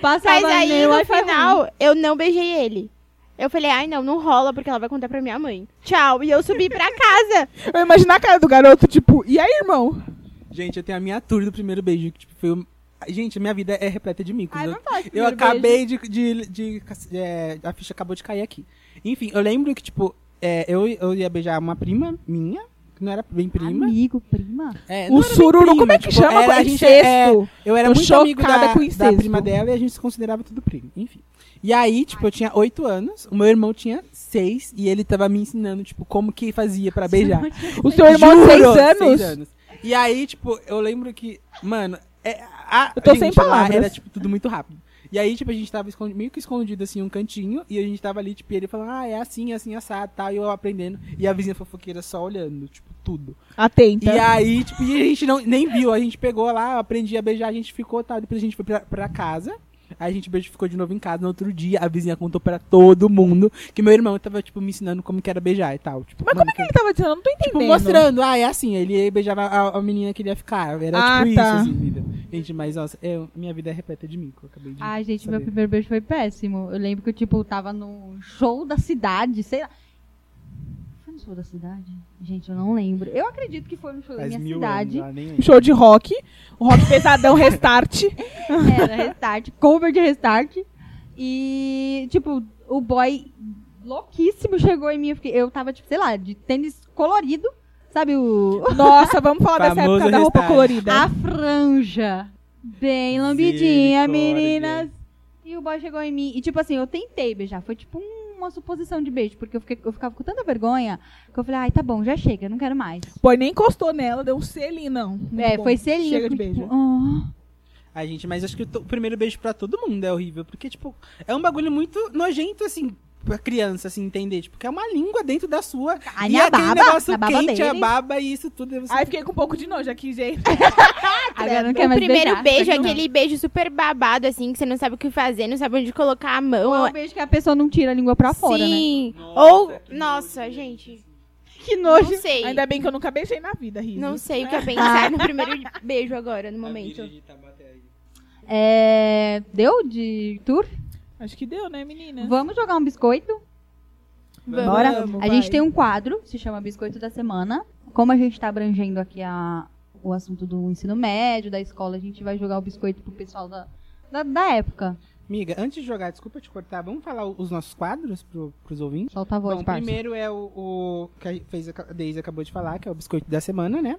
B: passava
D: Mas aí,
B: meu
D: no
B: Wi-Fi ruim.
D: final, eu não beijei ele. Eu falei, ai não, não rola, porque ela vai contar pra minha mãe. Tchau. E eu subi pra casa.
C: Eu imagino a cara do garoto, tipo, e aí, irmão?
E: Gente, eu tenho a minha tour do primeiro beijo, que tipo, foi o... Gente, a minha vida é repleta de micos.
B: Ai,
E: eu
B: não fala de
E: eu
B: primeiro beijo.
E: acabei de, de, de- é, A ficha acabou de cair aqui. Enfim, eu lembro que, tipo, é, eu, eu ia beijar uma prima minha, que não era bem prima.
B: Amigo, prima?
E: É, não
C: O
E: era bem
C: sururu,
E: prima,
C: como é que
E: tipo,
C: chama?
E: era- a gente- é,
C: Incesto.
E: eu era
C: Tô
E: muito amigo
C: chocada
E: da,
C: com
E: da
C: incesto.
E: prima dela e a gente se considerava tudo primo. Enfim. E aí, tipo, eu tinha oito anos, o meu irmão tinha seis e ele tava me ensinando, tipo, como que fazia pra beijar.
C: é, O seu irmão de
E: Juro,
C: seis anos?
E: E aí, tipo, eu lembro que, mano, é, a,
C: Eu tô
E: gente,
C: sem
E: lá
C: palavras.
E: Era, tipo, tudo muito rápido. E aí, tipo, a gente tava escondi- meio que escondido, assim, em um cantinho. E a gente tava ali, tipo, e ele falando, ah, é assim, é assim, assado, tal. E eu aprendendo. E a vizinha fofoqueira só olhando, tipo, tudo.
C: Atenta.
E: E aí, tipo, e a gente não, nem viu. A gente pegou lá, eu aprendi a beijar, a gente ficou, tal. Depois a gente foi pra, pra casa. Aí a gente beijou, ficou de novo em casa no outro dia. A vizinha contou pra todo mundo que meu irmão tava, tipo, me ensinando como que era beijar e tal. Tipo,
F: Mas como
E: mano,
F: é que ele tava dizendo? Eu não tô entendendo.
E: Tipo, mostrando, ah, é assim, ele beijava a, a menina que ele ia ficar. Era
C: Ah,
E: tipo
C: tá.
E: isso, assim, vida. Gente, mas nossa, eu- minha vida é repleta de mico. eu Acabei de.
B: Ai, gente, meu
E: saber.
B: primeiro beijo foi péssimo. Eu lembro que eu, tipo, tava no show da cidade, sei lá. Foi no show da cidade? Gente, eu não lembro. Eu acredito que foi no show da
E: Faz
B: minha
E: mil
B: cidade.
E: anos, ah, nem lembro.
C: Um Show de rock. O rock pesadão restart.
E: né?
B: Era restart, cover de restart. E, tipo, o boy louquíssimo chegou em mim. Eu, fiquei- eu tava, tipo, sei lá, de tênis colorido, sabe? O,
C: Nossa, vamos falar dessa
E: Famoso
C: época da roupa
E: restart.
C: colorida.
B: a franja. Bem lambidinha,
E: Misericórdia.
B: meninas. E o boy chegou em mim. E, tipo assim, eu tentei beijar. Foi tipo um- uma suposição de beijo, porque eu, fiquei- eu ficava com tanta vergonha que eu falei, ai, tá bom, já chega, eu não quero mais.
C: Pô, nem encostou nela, deu um selinho, não. Muito
B: é,
C: bom.
B: foi selinho.
C: Chega de
B: porque,
C: beijo.
B: tipo, "Ah".
E: Ai, gente, mas acho que o to- o primeiro beijo pra todo mundo é horrível. Porque, tipo, é um bagulho muito nojento, assim, pra criança, assim, entender. Tipo, que é uma língua dentro da sua.
B: Ai,
E: e
B: na
E: aquele
B: baba,
E: negócio
B: na baba
E: quente, a
B: dele.
E: baba e isso tudo. e Você...
C: Aí fiquei com um pouco de nojo aqui, gente.
B: Agora não quer
D: O
B: mais né? beijar.
D: primeiro beijo,
B: Só que não.
D: aquele beijo super babado, assim, que você não sabe o que fazer, não sabe onde colocar a
B: Ou
D: mão. Ah,
B: é um beijo que a pessoa não tira a língua pra fora, né?
D: Sim. Ou, nossa, gente.
B: Que
D: Não
B: nojo.
D: sei.
C: Ainda é bem que eu nunca beijei na vida, Riz.
D: Não sei o que é pensar no primeiro beijo agora, no momento.
E: tá,
B: É, deu de tour?
C: Acho que deu, né, menina?
B: Vamos jogar um biscoito?
D: Vamos.
B: Bora?
C: Vamos,
B: a gente
C: vai.
B: tem um quadro, se chama Biscoito da Semana. Como a gente tá abrangendo aqui a, o assunto do ensino médio, da escola, a gente vai jogar o biscoito pro pessoal da, da, da época.
E: Amiga, antes de jogar, desculpa te cortar, vamos falar o- os nossos quadros pro, pros ouvintes?
B: Solta a voz,
E: Bom,
B: parça.
E: primeiro é o, o que a, fez, a Deise acabou de falar, que é o biscoito da semana, né?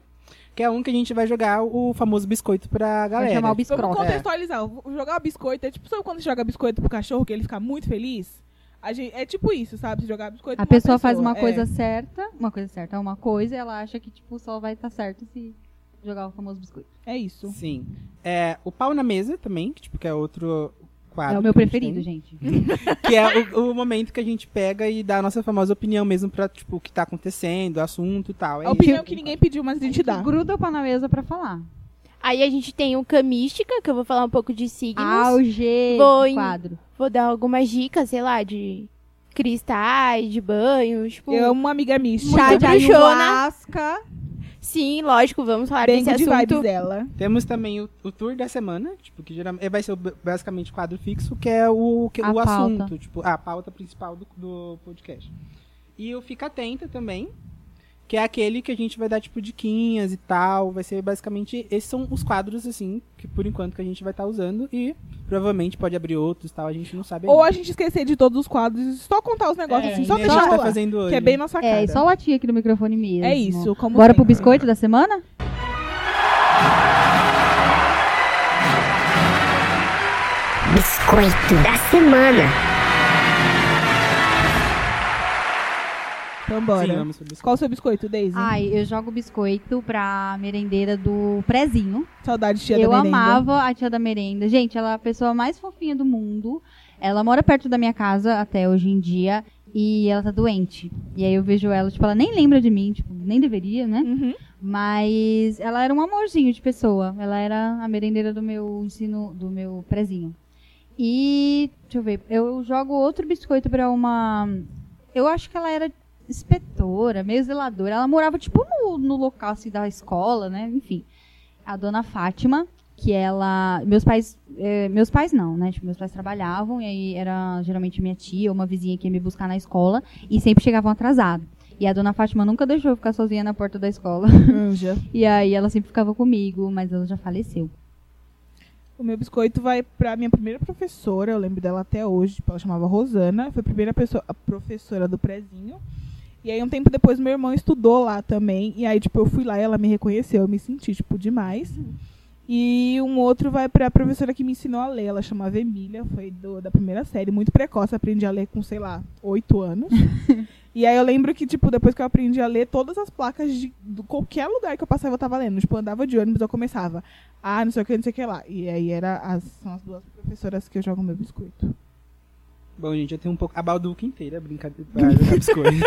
E: Que é um que a gente vai jogar o famoso biscoito pra
B: Vai
E: galera.
B: chamar o
C: Vamos
B: biscroto.
E: É.
C: contextualizar. O- Jogar o biscoito é tipo, sabe quando você joga biscoito pro cachorro que ele fica muito feliz? A gente, é tipo isso, sabe? Você jogar biscoito
B: A
C: pra
B: pessoa faz uma
C: é.
B: coisa certa, uma coisa certa é uma coisa, e ela acha que, tipo, só vai estar certo se jogar o famoso biscoito.
C: É isso.
E: Sim. É, o pau na mesa também, que, tipo, que é outro quadro.
C: Ah,
B: é o meu
E: que a gente
B: preferido,
E: tem.
B: gente.
E: Que é o, o momento que a gente pega e dá a nossa famosa opinião mesmo pra, tipo, o que tá acontecendo, o assunto e tal. É
C: A opinião
E: isso.
C: que ninguém pediu, mas a gente dá.
B: Gruda o pau na mesa pra falar.
D: Aí a gente tem o Camística, que eu vou falar um pouco de signos.
B: Auge
D: Vou em-
B: quadro.
D: Vou dar algumas dicas, sei lá, de cristais, de banhos, tipo...
C: Eu amo uma amiga mística.
B: Chá de
D: bruxona.
B: ayahuasca.
D: Sim, lógico, vamos falar
C: Bem good
D: desse
C: vibes
D: assunto.
C: dela.
E: Temos também o, o tour da semana, tipo, que geralmente vai ser o- basicamente o quadro fixo, que é o, que,
B: A
E: o
B: pauta.
E: assunto, tipo, a pauta principal do, do podcast. E o Fica Atenta também, que é aquele que a gente vai dar, tipo, diquinhas e tal. Vai ser basicamente. Esses são os quadros, assim, que por enquanto que a gente vai estar usando. E provavelmente pode abrir outros e tal, a gente não sabe
C: Ou
E: ainda.
C: a gente esquecer de todos os quadros e só contar os negócios, assim,
E: É,
C: só
E: que a gente
C: deixar
E: tá
C: rolar.
E: fazendo hoje.
C: Que é bem nossa cara.
B: É, e só latir aqui no microfone mesmo.
C: É isso, como
B: Bora
C: sempre.
B: pro biscoito da semana?
A: Biscoito da semana.
C: Então
E: Sim,
C: bora.
E: vamos pro biscoito.
C: Qual o seu biscoito, Daisy?
B: Ai, eu jogo biscoito pra merendeira do prezinho.
C: Saudade, tia
B: eu
C: da merenda.
B: amava a tia da merenda. Gente, ela é a pessoa mais fofinha do mundo. Ela mora perto da minha casa até hoje em dia. E ela tá doente. E aí eu vejo ela, tipo, ela nem lembra de mim, tipo, nem deveria, né?
C: Uhum.
B: Mas ela era um amorzinho de pessoa. Ela era a merendeira do meu ensino, do meu prezinho. E, deixa eu ver, eu jogo outro biscoito pra uma. Eu acho que ela era inspetora, meio zeladora. Ela morava, tipo, no, no local assim, da escola, né? Enfim. A dona Fátima, que ela. Meus pais. eh, meus pais não, né? Tipo, meus pais trabalhavam, e aí era geralmente minha tia ou uma vizinha que ia me buscar na escola e sempre chegavam atrasados. E a dona Fátima nunca deixou eu ficar sozinha na porta da escola.
C: Anja.
B: E aí ela sempre ficava comigo, mas ela já faleceu.
C: O meu biscoito vai pra minha primeira professora, eu lembro dela até hoje, tipo, ela chamava Rosana, foi a primeira pessoa, a professora do prezinho. E aí um tempo depois meu irmão estudou lá também, e aí tipo eu fui lá e ela me reconheceu, eu me senti tipo demais. E um outro vai pra professora que me ensinou a ler, ela chamava Emília, foi do- da primeira série, muito precoce, aprendi a ler com, sei lá, oito anos. e aí eu lembro que, tipo, depois que eu aprendi a ler, todas as placas de, de qualquer lugar que eu passava eu tava lendo. Tipo, eu andava de ônibus, eu começava ah, não sei o que, não sei o que lá. E aí era as, são as duas professoras que eu jogo meu biscoito.
E: Bom, gente, eu tenho um pouco. A balduca inteira, brincadeira. pra jogar biscoito.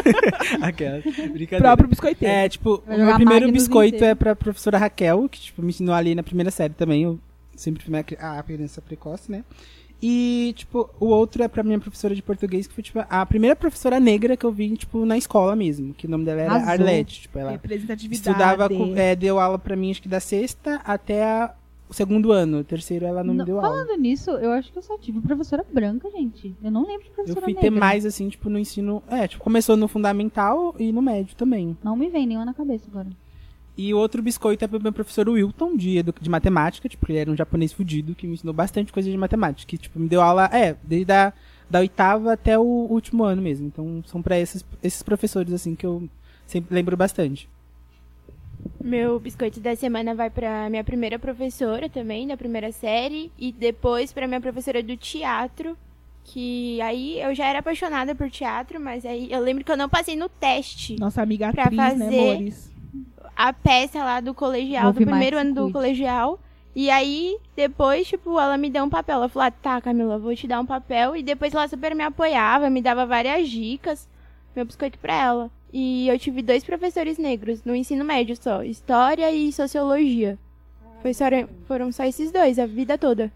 E: Aquela. Brincadeira.
C: Próprio biscoiteiro.
E: É, tipo,
B: Vai
E: o meu
B: jogar
E: primeiro
B: Magnus
E: biscoito
B: inteiro.
E: é pra professora Raquel, que tipo, me ensinou ali na primeira série também. Eu sempre fui uma cri- a criança precoce, né? E, tipo, o outro é pra minha professora de português, que foi, tipo, a primeira professora negra que eu vi, tipo, na escola mesmo. Que o nome dela era
B: Arrasou.
E: Arlete. Tipo, ela
C: Representatividade.
E: estudava, com- é, deu aula pra mim, acho que da sexta até a- o segundo ano. O terceiro ela não, me
B: Não,
E: deu aula.
B: Falando nisso, eu acho que eu só tive professora branca, gente. Eu não lembro de
E: Eu
B: professora
E: fui ter
B: negra.
E: mais, assim, tipo, no ensino... É, tipo, começou no fundamental e no médio também.
B: Não me vem nenhuma na cabeça agora.
E: E o outro biscoito é pro meu professor Wilton, de, edu- de matemática, tipo, ele era um japonês fudido, que me ensinou bastante coisa de matemática, que, tipo, me deu aula, é, desde a, da oitava até o último ano mesmo. Então, são pra esses, esses professores, assim, que eu sempre lembro bastante.
D: Meu biscoito da semana vai pra minha primeira professora também, da primeira série, e depois pra minha professora do teatro, que aí eu já era apaixonada por teatro, mas aí eu lembro que eu não passei no teste.
C: Nossa amiga
D: pra
C: atriz, né,
D: fazer-
C: amores?
D: a peça lá do colegial,
B: Vou
D: do
B: filmar
D: primeiro
B: esse
D: ano do
B: tweet.
D: colegial. E aí, depois, tipo, ela me deu um papel. Ela falou, ah, tá, Camila, eu vou te dar um papel. E depois ela super me apoiava, me dava várias dicas, meu biscoito pra ela. E eu tive dois professores negros no ensino médio só, história e sociologia. Foi só, foram só esses dois a vida toda.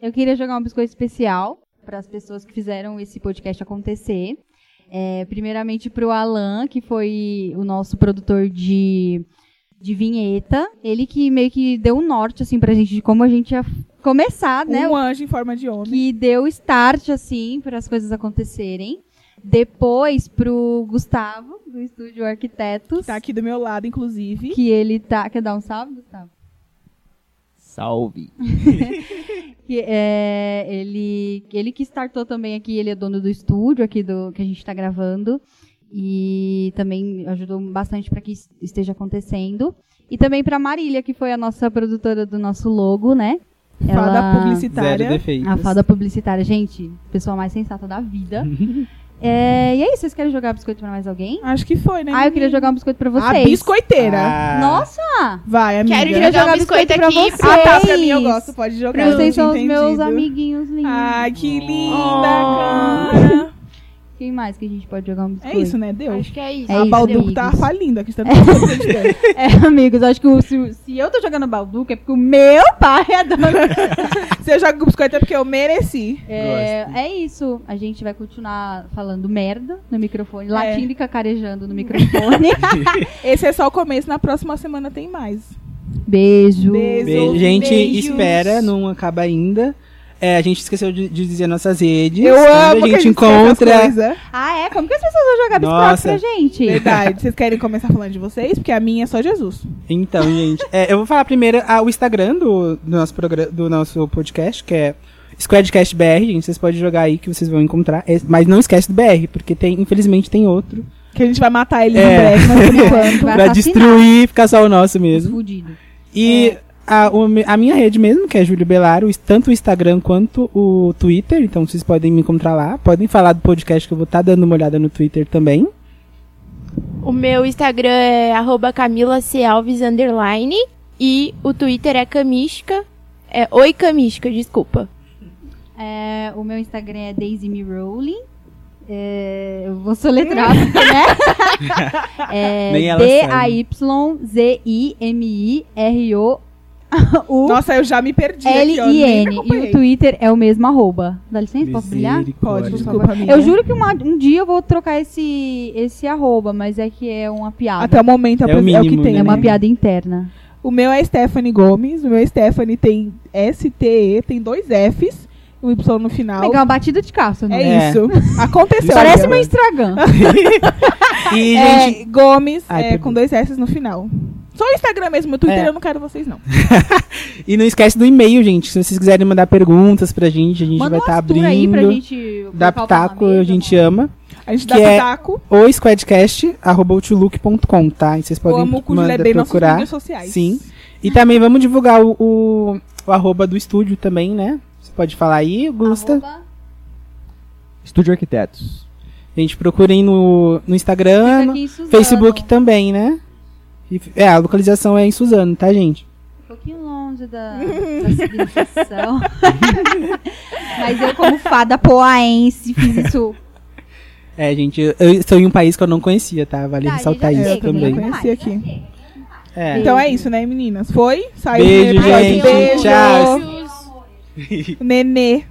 B: Eu queria jogar um biscoito especial para as pessoas que fizeram esse podcast acontecer. É, primeiramente para o Alan, que foi o nosso produtor de, de vinheta. Ele que meio que deu um norte assim pra gente de como a gente ia começar, né?
C: Um anjo em forma de homem.
B: que deu start, assim, para as coisas acontecerem. Depois, pro Gustavo, do Estúdio Arquitetos,
C: Tá aqui do meu lado, inclusive.
B: que ele tá... Quer dar um salve, Gustavo?
F: Salve.
B: Que, é, ele, ele que startou também aqui, ele é dono do estúdio aqui do que a gente está gravando. E também ajudou bastante para que isso esteja acontecendo. E também para Marília, que foi a nossa produtora do nosso logo, né?
C: Fada
B: Ela-
E: Zero
C: publicitária.
E: defeitos.
B: A fada publicitária, gente, pessoa mais sensata da vida. É, e aí, vocês querem jogar biscoito pra mais alguém?
C: Acho que foi, né?
B: Ah, eu queria jogar um biscoito pra vocês.
C: A biscoiteira.
E: Ah,
B: Nossa!
C: Vai, amiga.
D: Quero
B: queria
D: jogar um biscoito
B: pra
D: aqui.
B: vocês.
C: Ah, tá, pra mim eu gosto. Pode jogar. eu
B: Vocês
C: tinha
B: são os meus
C: entendido.
B: amiguinhos lindos.
C: Ai, que linda,
D: Oh.
C: cara.
B: Quem mais que a gente pode jogar um biscoito?
C: É isso, né? Deu.
D: Acho que é isso.
B: É
C: a
B: isso,
C: Balduco
B: amigos.
C: tá falindo. Aqui está tudo
B: É, amigos, acho que o- se, se eu tô jogando balduca é porque o meu pai é dono.
C: Se eu jogo biscoito é porque eu mereci.
B: é, é isso. A gente vai continuar falando merda no
C: É.
B: microfone, latindo e cacarejando no microfone.
C: Esse é só o começo. Na próxima semana tem mais.
B: Beijo.
C: Beijo.
E: Beijo, gente,
C: Beijos.
E: espera, não acaba ainda. É, a gente esqueceu de, de dizer nossas redes.
C: Eu
E: onde
C: amo
E: a gente
C: esquece as
E: encontra. É.
C: coisas.
B: Ah, é? Como que as pessoas vão jogar biscoito
E: Nossa.
B: pra gente?
C: Verdade. Vocês querem começar falando de vocês? Porque a minha é só Jesus.
E: Então, gente, é, eu vou falar primeiro ah, o Instagram do, do nosso progra- do nosso podcast, que é SquadcastBR, gente, vocês podem jogar aí que vocês vão encontrar, É, mas não esquece do BR, porque tem, infelizmente tem outro
C: Que a gente vai matar eles em
E: É.
C: breve, mas por
B: Vai
C: enquanto.
E: pra
B: assassinar. Tá
E: destruir, ficar só o nosso mesmo.
B: Fudido.
E: E a, o me- a minha rede mesmo, que é Júlio Belaro, is- tanto o Instagram quanto o Twitter, então vocês podem me encontrar lá, podem falar do podcast que eu vou estar dando uma olhada no Twitter também.
D: O meu Instagram é arroba Camila C. Alves underline, e o Twitter é Camística. É Oi Camística, desculpa.
B: É, o meu Instagram é Daisy Me Rowling. É, eu vou soletrar, né?
E: Nem
B: É,
E: ela
B: D-A-Y-Z-I-M-I-R-O-U-L-I-N.
C: Nossa, eu já me perdi aqui, ó. nem
B: E
C: acompanhei.
B: o Twitter é o mesmo arroba. Dá licença, posso brilhar?
C: Pode,
E: Misericórdia.
C: desculpa, amiga.
B: Eu juro que uma- um dia eu vou trocar esse, esse arroba, mas é que é uma piada.
C: Até o momento é,
E: É o
C: o que
E: mínimo,
C: tem.
E: né?
B: É uma
E: né?
B: piada interna.
C: O meu é Stephanie Gomes. O meu é Stephanie tem STE, tem dois Fs, um Y no final.
B: Legal, batida de calça,
C: É,
B: né?
E: É.
C: isso. Aconteceu.
B: Parece
C: Amiga.
B: meu Instagram.
E: E,
C: É,
E: gente,
C: Gomes
E: Ai,
C: é,
E: perdão.
C: com dois S no final. Só o Instagram mesmo, o Twitter
E: É.
C: eu não quero vocês, não.
E: E não esquece do e-mail, gente. Se vocês quiserem mandar perguntas pra gente, a gente
B: Manda
E: vai
B: uma
E: estar
B: abertura
E: abrindo.
B: aí pra gente.
E: dá
B: colocar o
E: pitaco, a
B: parlamento,
E: gente
B: né?
E: ama.
C: A gente
E: Que
C: dá
E: é-
C: pitaco.
E: Ou squadcast.outlook.com, tá? E vocês
C: Eu
E: podem
C: amo
B: é
C: o
E: mandar
C: Julé bem nossas
E: procurar.
C: mídias sociais.
E: Sim. E também vamos divulgar o, o, o arroba do estúdio também, né? Você pode falar aí, Gusta.
B: Arroba-
F: Estúdio Arquitetos.
E: Gente, procurem no, no
B: Fica
E: Instagram, no
B: aqui em Suzano.
E: Facebook também, né? E- é, a localização é em Suzano, tá, gente?
B: Um pouquinho longe da, da civilização. Mas eu, como fada poaense, fiz isso.
E: É, gente, eu, eu estou em um país que eu não conhecia, tá? Vale
B: Tá, a gente
E: ressaltar
B: já
E: isso
B: chega,
E: também.
B: né?
C: É, Conheci aqui.
E: É.
C: Então é isso, né, meninas? Foi? Saiu o
E: Beijo,
C: primeiro episódio.
E: gente.
C: Beijo.
E: Tchau.
D: Beijos.
C: Nenê.